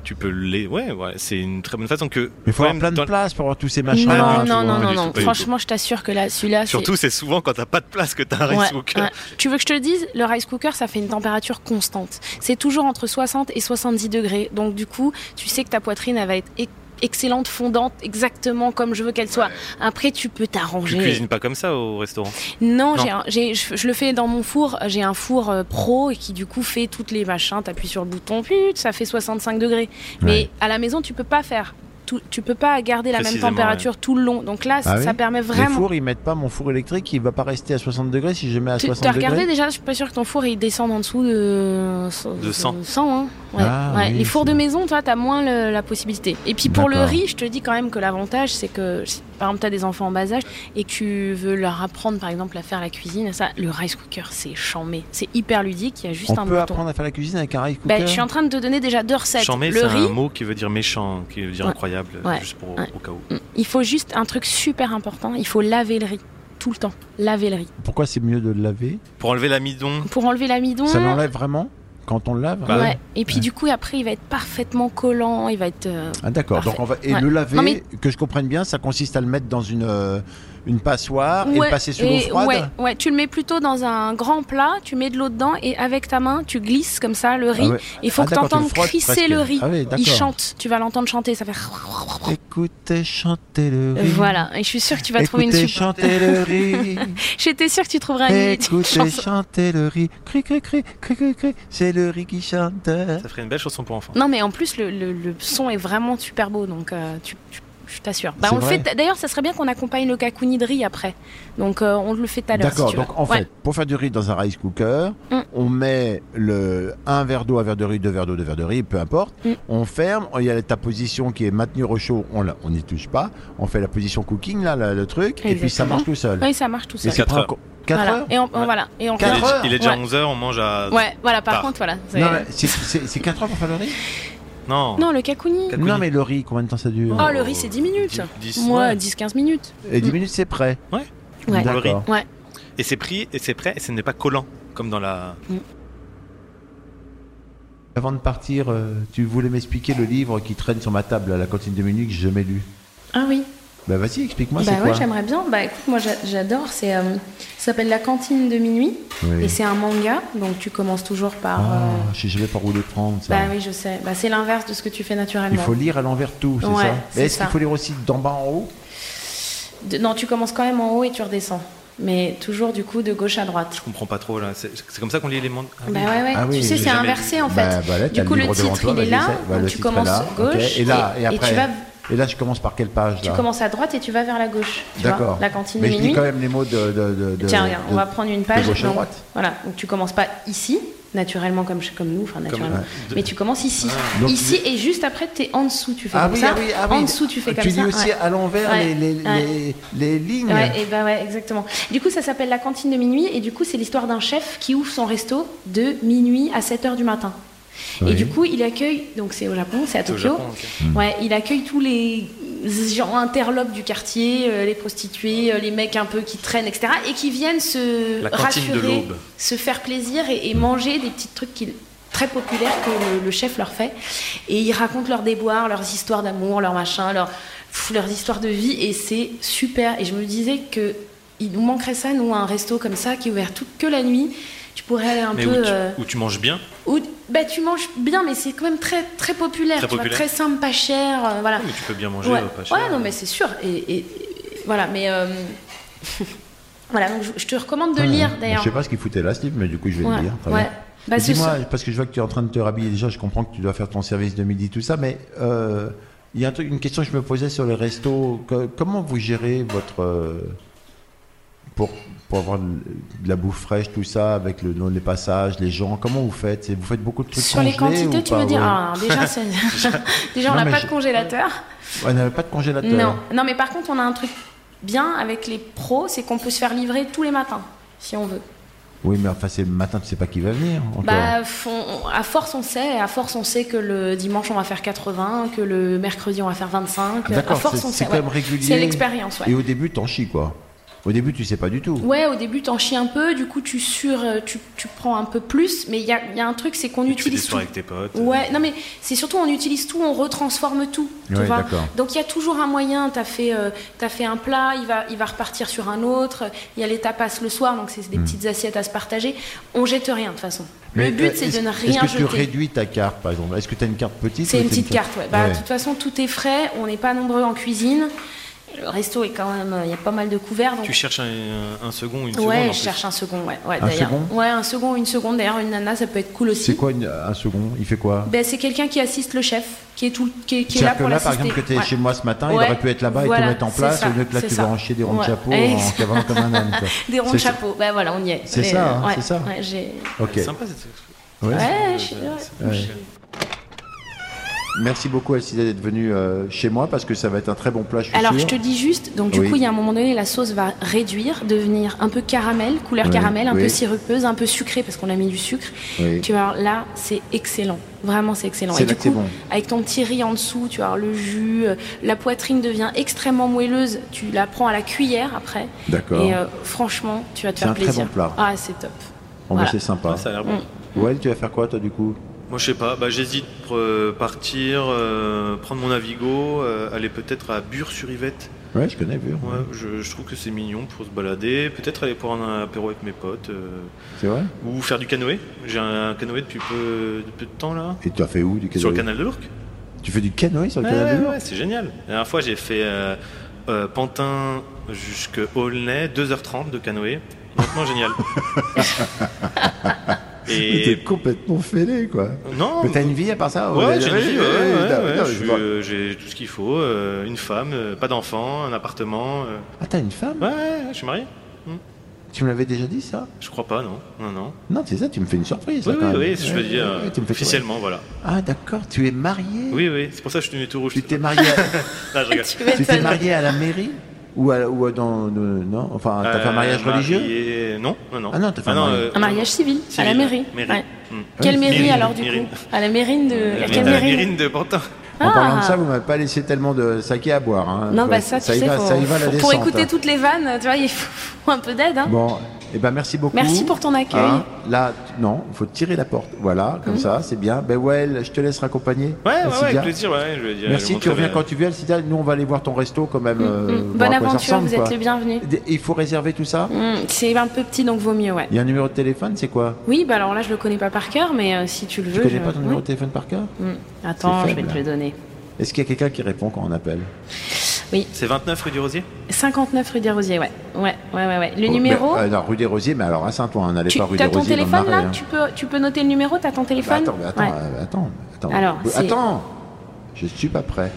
Speaker 4: tu peux le... la- Ouais, ouais, c'est une très bonne façon que...
Speaker 2: Mais il faut
Speaker 4: quand
Speaker 2: avoir
Speaker 4: même
Speaker 2: plein de
Speaker 4: dans-
Speaker 2: place pour avoir tous ces machins. là,
Speaker 3: Non,
Speaker 2: tu
Speaker 3: non,
Speaker 2: vois.
Speaker 3: non,
Speaker 4: pas
Speaker 3: non,
Speaker 4: du
Speaker 3: non.
Speaker 4: tout, pas du
Speaker 3: Franchement, je t'assure que là, celui-là, c'est-
Speaker 4: Surtout, c'est souvent quand t'as pas de place que t'as un rice
Speaker 3: Ouais,
Speaker 4: cooker.
Speaker 3: ouais. Tu veux que je te le dise Le rice cooker, ça fait une température constante. C'est toujours entre 60 et 70 degrés. Donc, du coup, tu sais que ta poitrine, elle va être e- excellente, fondante, exactement comme je veux qu'elle soit. Après, tu peux
Speaker 4: Tu
Speaker 3: t'arranger.
Speaker 4: cuisines pas comme ça au restaurant.
Speaker 3: Non,
Speaker 4: Non.
Speaker 3: j'ai un- j'ai- je, je le fais dans mon four. J'ai un four euh, pro et qui du coup fait toutes les machins. T'appuies sur le bouton, put, ça fait 65 degrés. Mais à la maison, tu peux pas faire. Tout- tu peux pas garder la même
Speaker 4: Précisément,
Speaker 3: température tout le long. Donc là, ça,
Speaker 2: oui
Speaker 3: ça permet
Speaker 2: Les
Speaker 3: vraiment.
Speaker 2: fours, ils mettent pas mon four électrique, il va pas rester à 60 degrés si je mets à
Speaker 3: Tu
Speaker 2: 60
Speaker 3: as regardé
Speaker 2: degrés.
Speaker 3: déjà, je suis pas sûre que ton four il descende en dessous de,
Speaker 4: De 100.
Speaker 3: hein. Ouais,
Speaker 2: Ah,
Speaker 3: ouais.
Speaker 2: oui,
Speaker 3: Les fours
Speaker 2: c'est-
Speaker 3: de maison, toi, t'as moins le- la possibilité. Et puis pour le
Speaker 2: D'accord.
Speaker 3: riz, je te dis quand même que l'avantage, c'est que si, par exemple, t'as des enfants en bas âge et que tu veux leur apprendre, par exemple, à faire la cuisine, ça, le rice cooker, c'est chambé. C'est hyper ludique, il y a juste
Speaker 2: On
Speaker 3: un
Speaker 2: peut
Speaker 3: bouton.
Speaker 2: apprendre à faire la cuisine avec un rice cooker.
Speaker 3: Bah, je suis en train de te donner déjà deux recettes.
Speaker 4: Chambé, c'est
Speaker 3: le riz,
Speaker 4: un mot qui veut dire méchant, qui veut dire
Speaker 3: Ouais.
Speaker 4: incroyable,
Speaker 3: Ouais.
Speaker 4: juste pour,
Speaker 3: Ouais.
Speaker 4: au cas où.
Speaker 3: il faut juste un truc super important, il faut laver le riz. Tout le temps, laver le riz.
Speaker 2: Pourquoi c'est mieux de le laver
Speaker 4: Pour enlever l'amidon,
Speaker 3: Pour enlever l'amidon,
Speaker 2: Ça l'enlève vraiment quand on le lave
Speaker 4: Bah,
Speaker 3: ouais. Et puis du coup, après, il va être parfaitement collant, il va être. euh,
Speaker 2: Ah, d'accord.
Speaker 3: Parfait.
Speaker 2: Donc on va et
Speaker 3: Ouais.
Speaker 2: le laver,
Speaker 3: Non, mais-
Speaker 2: que je comprenne bien, ça consiste à le mettre dans une euh, une passoire et
Speaker 3: Ouais,
Speaker 2: le passer sous l'eau
Speaker 3: et-
Speaker 2: froide.
Speaker 3: Ouais, ouais, tu le mets plutôt dans un grand plat, tu mets de l'eau dedans et avec ta main, tu glisses comme ça le riz.
Speaker 2: Ah ouais.
Speaker 3: Il faut
Speaker 2: Ah,
Speaker 3: que
Speaker 2: d'accord, tu
Speaker 3: t'entendes
Speaker 2: le frottes
Speaker 3: crisser
Speaker 2: presque.
Speaker 3: le riz.
Speaker 2: Ah oui,
Speaker 3: Il
Speaker 2: d'accord. Ah
Speaker 3: chante, tu vas l'entendre chanter, ça fait.
Speaker 2: Écoutez chanter le riz.
Speaker 3: Voilà, et je suis sûre que tu vas trouver une
Speaker 2: Écoutez
Speaker 3: super.
Speaker 2: chanter le riz.
Speaker 3: J'étais sûre que tu trouverais une une
Speaker 2: Écoutez
Speaker 3: chanson.
Speaker 2: chanter le riz. Cri cri cri cri cri cri. C'est le riz qui chante.
Speaker 4: ça ferait une belle chanson pour enfants.
Speaker 3: Non, mais en plus, le, le- le son est vraiment super beau, donc euh, tu, tu je t'assure. Bah,
Speaker 2: C'est
Speaker 3: on le
Speaker 2: vrai
Speaker 3: fait. t- D'ailleurs, ça serait bien qu'on accompagne le kakuni de riz après. Donc, euh, on le fait tout à l'heure.
Speaker 2: D'accord,
Speaker 3: si tu veux.
Speaker 2: donc en
Speaker 3: Ouais.
Speaker 2: fait, pour faire du riz dans un rice cooker,
Speaker 3: Mm.
Speaker 2: on met le un verre d'eau, un verre de riz, deux verres d'eau, deux verres de riz, peu importe.
Speaker 3: Mm.
Speaker 2: On ferme, il y a ta position qui est maintenue au chaud, on la- on n'y touche pas. On fait la position cooking, là, le, le truc, et puis ça
Speaker 3: Exactement.
Speaker 2: marche tout seul.
Speaker 3: Oui, ça marche tout
Speaker 2: Mais
Speaker 3: seul.
Speaker 2: c'est
Speaker 4: Quatre
Speaker 2: pas
Speaker 4: heures.
Speaker 2: encore- quatre
Speaker 3: voilà.
Speaker 2: heures
Speaker 3: Et on,
Speaker 4: Ouais.
Speaker 3: voilà. Et on
Speaker 4: Il
Speaker 2: Quatre
Speaker 4: est,
Speaker 3: regarde.
Speaker 2: heures
Speaker 4: il est déjà
Speaker 3: Ouais.
Speaker 4: 11h, on mange à.
Speaker 3: Ouais, voilà. Par
Speaker 4: Tard.
Speaker 3: contre, voilà. c'est-
Speaker 2: Non, mais c'est- c'est c'est quatre heures pour faire le riz
Speaker 4: Non.
Speaker 3: Non, le kakuni.
Speaker 4: Quatre-
Speaker 2: Non, mais le riz, combien de temps ça dure
Speaker 3: Oh, le riz, c'est 10 minutes.
Speaker 4: Dix- dix,
Speaker 3: Moi,
Speaker 4: ouais.
Speaker 3: 10-15 minutes.
Speaker 2: Et 10
Speaker 3: Mm.
Speaker 2: minutes, c'est prêt.
Speaker 3: Ouais.
Speaker 4: Pour le riz.
Speaker 2: D'accord.
Speaker 4: Et c'est pris, et c'est prêt, et ce n'est pas collant, comme dans la.
Speaker 2: Avant de partir, euh, tu voulais m'expliquer le livre qui traîne sur ma table à la cantine de Munich, je jamais lu.
Speaker 3: Ah oui.
Speaker 2: Bah vas-y, explique-moi,
Speaker 3: bah
Speaker 2: c'est
Speaker 3: ouais,
Speaker 2: quoi
Speaker 3: j'aimerais bien. Bah écoute, moi j'a- j'adore. C'est euh, ça s'appelle La Cantine de minuit
Speaker 2: Oui.
Speaker 3: et c'est un manga. Donc tu commences toujours par.
Speaker 2: Ah,
Speaker 3: euh,
Speaker 2: je sais jamais par où le prendre, ça.
Speaker 3: Bah oui, je sais. Bah c'est l'inverse de ce que tu fais
Speaker 2: Il
Speaker 3: naturellement.
Speaker 2: faut lire à l'envers tout, c'est
Speaker 3: Ouais,
Speaker 2: ça
Speaker 3: c'est
Speaker 2: Mais Est-ce
Speaker 3: ça.
Speaker 2: qu'il faut lire aussi d'en bas en haut
Speaker 3: De- Non, tu commences quand même en haut et tu redescends. Mais toujours du coup de gauche à droite.
Speaker 4: Je comprends pas trop là. C'est c'est comme ça qu'on lit les mondes. Ah oui.
Speaker 3: Bah ouais, ouais.
Speaker 2: Ah oui,
Speaker 3: tu sais,
Speaker 2: j'ai
Speaker 3: c'est
Speaker 4: jamais
Speaker 3: inversé en fait.
Speaker 2: Bah, bah là, t'as
Speaker 3: du coup, le
Speaker 2: livre devant
Speaker 3: titre,
Speaker 2: toi,
Speaker 3: il est
Speaker 2: vas-y,
Speaker 3: là.
Speaker 2: essaie. Bah, le
Speaker 3: donc tu
Speaker 2: titre est
Speaker 3: commences
Speaker 2: là,
Speaker 3: gauche
Speaker 2: ok. Et là, et après
Speaker 3: tu vas.
Speaker 2: Et là, je commence par quelle page
Speaker 3: Tu
Speaker 2: là
Speaker 3: commences à droite et tu vas vers la gauche. Tu vois,
Speaker 2: D'accord.
Speaker 3: la cantine
Speaker 2: Mais
Speaker 3: de
Speaker 2: je lis
Speaker 3: minuit.
Speaker 2: quand même les mots de. de, de- de-
Speaker 3: Tiens, regarde, on
Speaker 2: de-
Speaker 3: va prendre une page.
Speaker 2: de gauche à
Speaker 3: donc,
Speaker 2: droite.
Speaker 3: Voilà, donc tu commences pas ici, naturellement, comme, comme nous, enfin naturellement.
Speaker 4: ouais.
Speaker 3: Mais tu commences ici.
Speaker 2: Donc,
Speaker 3: ici, et juste après, tu es en dessous, tu fais
Speaker 2: Ah
Speaker 3: comme
Speaker 2: oui,
Speaker 3: ça.
Speaker 2: ah oui, ah oui.
Speaker 3: En dessous, tu fais comme
Speaker 2: Tu
Speaker 3: ça.
Speaker 2: lis aussi
Speaker 3: ouais.
Speaker 2: à l'envers
Speaker 3: Ouais,
Speaker 2: les, les,
Speaker 3: ouais.
Speaker 2: les, les lignes.
Speaker 3: Ouais, et ben ouais, exactement. Du coup, ça s'appelle la cantine de minuit, et du coup, c'est l'histoire d'un chef qui ouvre son resto de minuit à 7 heures du matin.
Speaker 2: Oui.
Speaker 3: Et du coup, il accueille, donc c'est au Japon, c'est à
Speaker 4: C'est au
Speaker 3: Tokyo.
Speaker 4: Japon, ok.
Speaker 3: Ouais, il accueille tous les gens interlopes du quartier, euh, les prostituées, euh, les mecs un peu qui traînent, etc. Et qui viennent se
Speaker 4: La cantine de
Speaker 3: rassurer,
Speaker 4: l'aube. Mm.
Speaker 3: se faire plaisir et, et manger des petits trucs qu'il- très populaires que le, le chef leur fait. Et ils racontent leurs déboires, leurs histoires d'amour, leurs machins, leurs, pff, leurs histoires de vie. Et c'est super. Et je me disais que il nous manquerait ça, nous, un resto comme ça qui est ouvert toute que la nuit. Tu pourrais aller un
Speaker 4: Mais
Speaker 3: peu...
Speaker 4: où, tu,
Speaker 3: euh,
Speaker 4: où tu manges bien.
Speaker 3: ou- bah, tu manges bien, mais c'est quand même très, très populaire.
Speaker 4: Très
Speaker 3: tu vois,
Speaker 4: populaire.
Speaker 3: très simple, pas cher. euh, voilà.
Speaker 4: Mais tu peux bien manger
Speaker 3: ouais.
Speaker 4: euh, pas cher.
Speaker 3: Ouais, non, mais c'est sûr. Et, et- et- voilà, mais. euh, voilà, donc je, je te recommande de lire
Speaker 2: Je
Speaker 3: d'ailleurs.
Speaker 2: sais pas ce qu'il foutait là, Steve, mais du coup, je vais
Speaker 3: Ouais,
Speaker 2: le lire. Très
Speaker 3: ouais.
Speaker 2: bien.
Speaker 3: Bah,
Speaker 2: Et
Speaker 3: c'est
Speaker 2: Dis-moi,
Speaker 3: ça.
Speaker 2: parce que je vois que tu es en train de te rhabiller déjà, je comprends que tu dois faire ton service de midi, tout ça, mais euh, il y a un truc, une question que je me posais sur les restos. Que- comment vous gérez votre. euh, pour, pour avoir de de la bouffe fraîche, tout ça, avec le, les passages, les gens, comment vous faites C'est- Vous faites beaucoup de trucs
Speaker 3: Sur les
Speaker 2: congelés
Speaker 3: quantités,
Speaker 2: ou
Speaker 3: tu
Speaker 2: pas,
Speaker 3: veux dire.
Speaker 2: ouais
Speaker 3: Ah, déjà, c'est- déjà, on
Speaker 2: Non,
Speaker 3: n'a
Speaker 2: mais
Speaker 3: pas
Speaker 2: je-
Speaker 3: de congélateur.
Speaker 2: Ouais, On n'avait pas de congélateur.
Speaker 3: Non. non, mais par contre, on a un truc bien avec les pros c'est qu'on peut se faire livrer tous les matins, si on veut.
Speaker 2: Oui, mais enfin, c'est le matin, tu sais pas qui va venir. encore.
Speaker 3: Bah, f- on- on- à force, on sait. À force, on sait que le dimanche, on va faire 80, que le mercredi, on va faire 25.
Speaker 2: Ah,
Speaker 3: à
Speaker 2: D'accord,
Speaker 3: force,
Speaker 2: c'est-
Speaker 3: on
Speaker 2: c'est
Speaker 3: sait.
Speaker 2: quand
Speaker 3: ouais.
Speaker 2: même régulier.
Speaker 3: C'est l'expérience, ouais.
Speaker 2: Et au début, t'en chies, quoi. Au début, tu sais pas du tout.
Speaker 3: Ouais, au début, t'en chies un peu, du coup, tu sur, euh, tu, tu prends un peu plus, mais il y a, il y a un truc, c'est qu'on
Speaker 4: Et tu fais des
Speaker 3: utilise tout.
Speaker 4: soirées avec tes potes. euh.
Speaker 3: Ouais, non, mais c'est surtout, on utilise tout, on retransforme tout. Tu
Speaker 2: Ouais,
Speaker 3: vois
Speaker 2: d'accord.
Speaker 3: Donc, il y a toujours un moyen. T'as fait, euh, t'as fait un plat, il va, il va repartir sur un autre. Il y a les tapas le soir, donc c'est des petites assiettes à se partager. On jette rien, de toute façon.
Speaker 2: Hmm. Mais,
Speaker 3: le
Speaker 2: euh,
Speaker 3: but, c'est
Speaker 2: est-ce-
Speaker 3: de ne rien
Speaker 2: Est-ce que tu
Speaker 3: jeter.
Speaker 2: réduis ta carte, par exemple Est-ce que tu as une carte petite
Speaker 3: C'est
Speaker 2: ou
Speaker 3: une
Speaker 2: t'as
Speaker 3: petite carte, ouais. Bah, De toute
Speaker 2: Ouais.
Speaker 3: façon, tout est frais, on n'est pas nombreux en cuisine. Le resto est quand même, euh, il y a pas mal de couverts. Donc...
Speaker 4: Tu cherches un, un second, une seconde. en
Speaker 3: ouais,
Speaker 4: plus.
Speaker 3: je cherche un second, ouais. ouais
Speaker 2: Un
Speaker 3: d'ailleurs.
Speaker 2: second
Speaker 3: Ouais, un second, une seconde. D'ailleurs, une nana, ça peut être cool aussi.
Speaker 2: C'est quoi une- un second Il fait quoi
Speaker 3: Ben, C'est quelqu'un qui assiste le chef, qui est, tout, qui est, qui est
Speaker 2: C'est-à-dire
Speaker 3: là
Speaker 2: que
Speaker 3: pour
Speaker 2: là,
Speaker 3: l'assister.
Speaker 2: par exemple, que tu es
Speaker 3: Ouais.
Speaker 2: chez moi ce matin, il
Speaker 3: Ouais.
Speaker 2: aurait pu être là-bas et
Speaker 3: Voilà,
Speaker 2: te mettre en
Speaker 3: c'est
Speaker 2: place.
Speaker 3: ça,
Speaker 2: Au lieu que là,
Speaker 3: c'est
Speaker 2: tu vas
Speaker 3: ça.
Speaker 2: encher des ronds de
Speaker 3: Ouais.
Speaker 2: chapeau en
Speaker 3: Ex-
Speaker 2: cavant comme un âne. quoi.
Speaker 3: Des ronds de
Speaker 2: C'est-
Speaker 3: chapeau. Ben voilà, on y est.
Speaker 2: C'est
Speaker 3: Mais,
Speaker 2: ça, hein,
Speaker 3: euh, ouais,
Speaker 2: c'est ça.
Speaker 3: ouais, j'ai-
Speaker 2: Ok.
Speaker 4: C'est sympa cette
Speaker 2: Ouais.
Speaker 3: Ouais, je- ouais.
Speaker 2: Merci beaucoup, Alcide, d'être venue euh, chez moi parce que ça va être un très bon plat, je suis
Speaker 3: Alors, je
Speaker 2: sûr.
Speaker 3: te dis juste, donc du
Speaker 2: Oui.
Speaker 3: coup, il y a un moment donné, la sauce va réduire, devenir un peu caramel, couleur
Speaker 2: Oui,
Speaker 3: caramel, un
Speaker 2: oui.
Speaker 3: peu sirupeuse, un peu sucrée parce qu'on a mis du sucre.
Speaker 2: Oui.
Speaker 3: Tu vois, là, c'est excellent. Vraiment, c'est excellent.
Speaker 2: C'est
Speaker 3: Et
Speaker 2: là
Speaker 3: du
Speaker 2: que c'est
Speaker 3: coup,
Speaker 2: bon.
Speaker 3: avec ton petit riz en dessous, tu vois, le jus, euh, la poitrine devient extrêmement moelleuse. Tu la prends à la cuillère après.
Speaker 2: D'accord.
Speaker 3: Et euh, franchement, tu vas te
Speaker 2: C'est
Speaker 3: faire
Speaker 2: un très
Speaker 3: plaisir.
Speaker 2: bon plat.
Speaker 3: Ah, c'est top.
Speaker 2: Oh, bah,
Speaker 3: Voilà.
Speaker 2: C'est sympa.
Speaker 4: Ah, ça a l'air bon.
Speaker 3: Mm.
Speaker 2: Ouais, tu vas faire quoi, toi, du coup
Speaker 4: Moi, je sais pas. Bah, j'hésite pour euh, partir, euh, prendre mon Navigo, euh, aller peut-être à Bure-sur-Yvette.
Speaker 2: Ouais, je connais Bure.
Speaker 4: Ouais, je, je trouve que c'est mignon pour se balader. Peut-être aller pour un apéro avec mes potes. euh,
Speaker 2: C'est vrai
Speaker 4: ou faire du canoë. J'ai un canoë depuis peu, peu de temps là.
Speaker 2: Et tu as fait où du canoë
Speaker 4: Sur le canal de l'Ourcq.
Speaker 2: Tu fais du canoë sur le
Speaker 4: Ouais,
Speaker 2: canal de
Speaker 4: ouais,
Speaker 2: l'Ourcq
Speaker 4: ouais, c'est génial. La dernière fois, j'ai fait euh, euh, Pantin jusque Aulnay, 2h30 de canoë. Maintenant, génial. Et
Speaker 2: T'es complètement fêlé, quoi.
Speaker 4: non,
Speaker 2: Mais t'as une vie à part ça
Speaker 4: Ouais, j'ai une
Speaker 2: ouais,
Speaker 4: vie, ouais,
Speaker 2: ouais,
Speaker 4: ouais,
Speaker 2: non,
Speaker 4: ouais,
Speaker 2: non,
Speaker 4: je
Speaker 2: je
Speaker 4: suis,
Speaker 2: vois.
Speaker 4: euh, j'ai tout ce qu'il faut, euh, une femme, euh, pas d'enfant, un appartement. euh.
Speaker 2: Ah, t'as une femme
Speaker 4: Ouais, ouais, ouais, je suis marié.
Speaker 2: Tu me l'avais déjà dit, ça
Speaker 4: Je crois pas, non, non, non.
Speaker 2: Non, c'est ça, tu me fais une surprise.
Speaker 4: Oui,
Speaker 2: là,
Speaker 4: oui,
Speaker 2: quand même.
Speaker 4: oui, je veux
Speaker 2: Ouais,
Speaker 4: dire
Speaker 2: ouais, ouais, tu me fais-
Speaker 4: officiellement, voilà.
Speaker 2: Ah, d'accord, tu es marié
Speaker 4: Oui, oui, c'est pour ça que je suis devenu tout rouge.
Speaker 2: Tu t'es marié à...
Speaker 4: Non, je rigole.
Speaker 3: Tu
Speaker 2: Tu t'es
Speaker 3: m'étonnes.
Speaker 2: marié à la mairie ou, à- ou à dans euh, non enfin t'as fait un
Speaker 4: Euh,
Speaker 2: mariage
Speaker 4: marié-
Speaker 2: religieux
Speaker 4: Non, non, non.
Speaker 2: Ah non, t'as fait un mariage.
Speaker 4: euh,
Speaker 3: Un mariage civil, à la
Speaker 4: Civil,
Speaker 3: mairie.
Speaker 4: mairie.
Speaker 3: Ouais.
Speaker 4: Mm.
Speaker 3: Quelle mairie
Speaker 4: Mérine,
Speaker 3: alors du
Speaker 4: Mérine.
Speaker 3: coup À la mairie de. à
Speaker 4: La
Speaker 3: quelle
Speaker 4: mérine- la
Speaker 3: mairie
Speaker 4: mérine de Pantin.
Speaker 2: En parlant de
Speaker 3: Ah.
Speaker 2: ça, vous m'avez pas laissé tellement de saké à boire. hein.
Speaker 3: Non,
Speaker 2: Ouais,
Speaker 3: bah ça, tu
Speaker 2: y
Speaker 3: sais,
Speaker 2: va,
Speaker 3: faut-
Speaker 2: ça y va la
Speaker 3: faut-
Speaker 2: descente. hein.
Speaker 3: pour écouter toutes les vannes, tu vois, il faut faut un peu d'aide. Hein.
Speaker 2: Bon, eh ben merci beaucoup. Hein,
Speaker 3: Merci pour ton accueil. Mmh.
Speaker 2: là, tu- non, faut tirer la porte. Voilà, comme ça, c'est bien. Ben ouais, je te laisse raccompagner.
Speaker 4: Ouais, ouais, ouais,
Speaker 2: Alcidia.
Speaker 4: avec plaisir, ouais, je veux dire. je
Speaker 2: Merci, tu
Speaker 4: montrerai
Speaker 2: reviens
Speaker 4: la-
Speaker 2: quand tu veux, Alcidia. Nous, on va aller voir ton resto quand même. euh,
Speaker 3: Mm.
Speaker 2: voir à
Speaker 3: Bonne
Speaker 2: quoi ça
Speaker 3: aventure,
Speaker 2: ressemble,
Speaker 3: vous êtes
Speaker 2: quoi.
Speaker 3: les bienvenus.
Speaker 2: D- Il faut réserver tout ça.
Speaker 3: Mm, C'est un peu petit donc vaut mieux, ouais.
Speaker 2: Il y a un numéro de téléphone, c'est quoi
Speaker 3: Oui, bah alors là je le connais pas par cœur, mais euh, si tu le
Speaker 2: Tu
Speaker 3: veux.
Speaker 2: connais
Speaker 3: je-
Speaker 2: pas ton
Speaker 3: oui.
Speaker 2: numéro de téléphone par cœur
Speaker 3: Mm. Attends,
Speaker 2: C'est
Speaker 3: je vais
Speaker 2: faible.
Speaker 3: te le donner.
Speaker 2: Est-ce qu'il y a quelqu'un qui répond quand on appelle
Speaker 4: C'est 29 rue du Rosier
Speaker 3: 59 rue des Rosiers, ouais. Ouais, ouais, ouais. ouais. Le numéro.
Speaker 2: Ben, euh, non, rue des Rosiers, mais alors à Saint-Ouen, on n'allait
Speaker 3: tu
Speaker 2: pas rue des
Speaker 3: as ton
Speaker 2: Rosiers. dans le
Speaker 3: téléphone là
Speaker 2: Marais, hein.
Speaker 3: tu, peux, tu peux noter le numéro T'as ton
Speaker 2: Bah,
Speaker 3: téléphone
Speaker 2: attends, mais attends,
Speaker 3: Ouais.
Speaker 2: euh, attends, attends.
Speaker 3: Alors,
Speaker 2: Euh,
Speaker 3: c'est-
Speaker 2: attends Je suis pas prêt.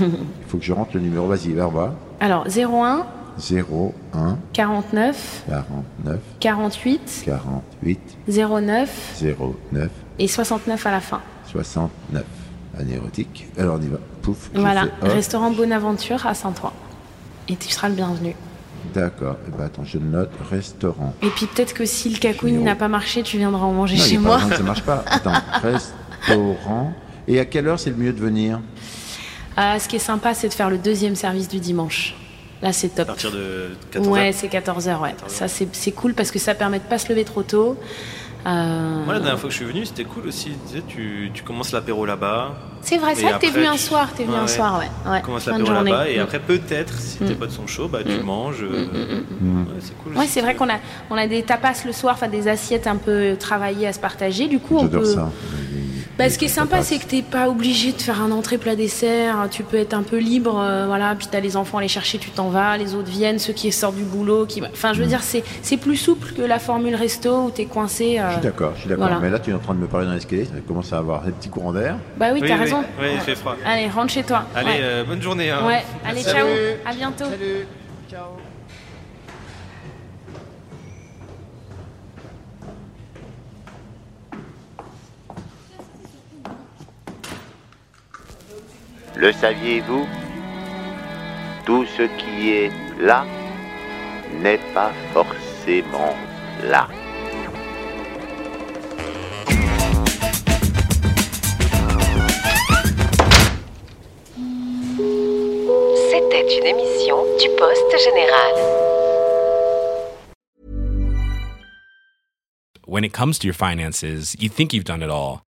Speaker 2: Il faut que je rentre le numéro. Vas-y, va voir.
Speaker 3: Alors 01
Speaker 2: 0, 1,
Speaker 3: 49
Speaker 2: 49,
Speaker 3: 48
Speaker 2: 48,
Speaker 3: 09
Speaker 2: 09,
Speaker 3: et 69 à la fin.
Speaker 2: 69. Un érotique. Alors, on y va. Pouf. je
Speaker 3: Voilà,
Speaker 2: fais off.
Speaker 3: restaurant Bonaventure à Saint-Ouen. Et tu seras le bienvenu.
Speaker 2: D'accord. Eh ben, attends, je note restaurant.
Speaker 3: Et puis peut-être que si le cacouni
Speaker 2: Numéro.
Speaker 3: n'a pas marché, tu viendras en manger
Speaker 2: Non, il y
Speaker 3: chez
Speaker 2: a pas
Speaker 3: moi.
Speaker 2: besoin, ça marche pas. Attends, restaurant. Et à quelle heure c'est le mieux de venir
Speaker 3: Ah, ce qui est sympa, c'est de faire le deuxième service du dimanche. Là, c'est
Speaker 4: À
Speaker 3: top.
Speaker 4: partir de 14
Speaker 3: Ouais,
Speaker 4: h
Speaker 3: c'est 14h, ouais. Ça, c'est c'est cool parce que ça permet de pas se lever trop tôt. Euh,
Speaker 4: Moi, la dernière fois que je suis venu, c'était cool aussi. Tu, sais, tu, tu commences l'apéro là-bas,
Speaker 3: C'est vrai,
Speaker 4: Et
Speaker 3: c'est vrai que t'es
Speaker 4: après,
Speaker 3: venu un
Speaker 4: tu-
Speaker 3: soir, t'es venu
Speaker 4: Ouais,
Speaker 3: un
Speaker 4: ouais.
Speaker 3: soir, ouais. ouais.
Speaker 4: tu commences
Speaker 3: fin de
Speaker 4: l'apéro
Speaker 3: journée.
Speaker 4: là-bas, et
Speaker 3: Mm.
Speaker 4: après, peut-être, si t'es pas de son chaud, bah, tu manges. euh, Ouais, c'est cool.
Speaker 3: mm, Ouais,
Speaker 4: aussi,
Speaker 3: c'est vrai
Speaker 4: ça.
Speaker 3: qu'on a, on a des tapas le soir, enfin des assiettes un peu travaillées à se partager. Du coup, on
Speaker 2: J'adore
Speaker 3: peut.
Speaker 2: ça.
Speaker 3: Bah, ce qui est sympa,
Speaker 2: passe.
Speaker 3: c'est que t'es pas obligé de faire un entrée plat dessert. Tu peux être un peu libre, euh, voilà. Puis t'as les enfants à les chercher, tu t'en vas. Les autres viennent, ceux qui sortent du boulot, qui. Enfin,
Speaker 2: Mm.
Speaker 3: je veux dire, c'est c'est plus souple que la formule resto où t'es coincé. euh.
Speaker 2: Je suis d'accord, je suis d'accord.
Speaker 3: Voilà.
Speaker 2: Mais là, tu es en train de me parler dans l'escalier, ça commence à avoir des petits courants d'air.
Speaker 3: Bah oui,
Speaker 4: Oui,
Speaker 3: t'as
Speaker 4: oui,
Speaker 3: raison.
Speaker 4: oui, il fait froid.
Speaker 3: Allez, rentre chez toi.
Speaker 4: Allez,
Speaker 3: ouais.
Speaker 4: euh, bonne journée. hein.
Speaker 3: Ouais, allez, ciao. À bientôt.
Speaker 1: Le saviez-vous Tout ce qui est là n'est pas forcément là.
Speaker 7: C'était une émission du Poste Général.
Speaker 8: when it comes to your finances, you think you've done it all.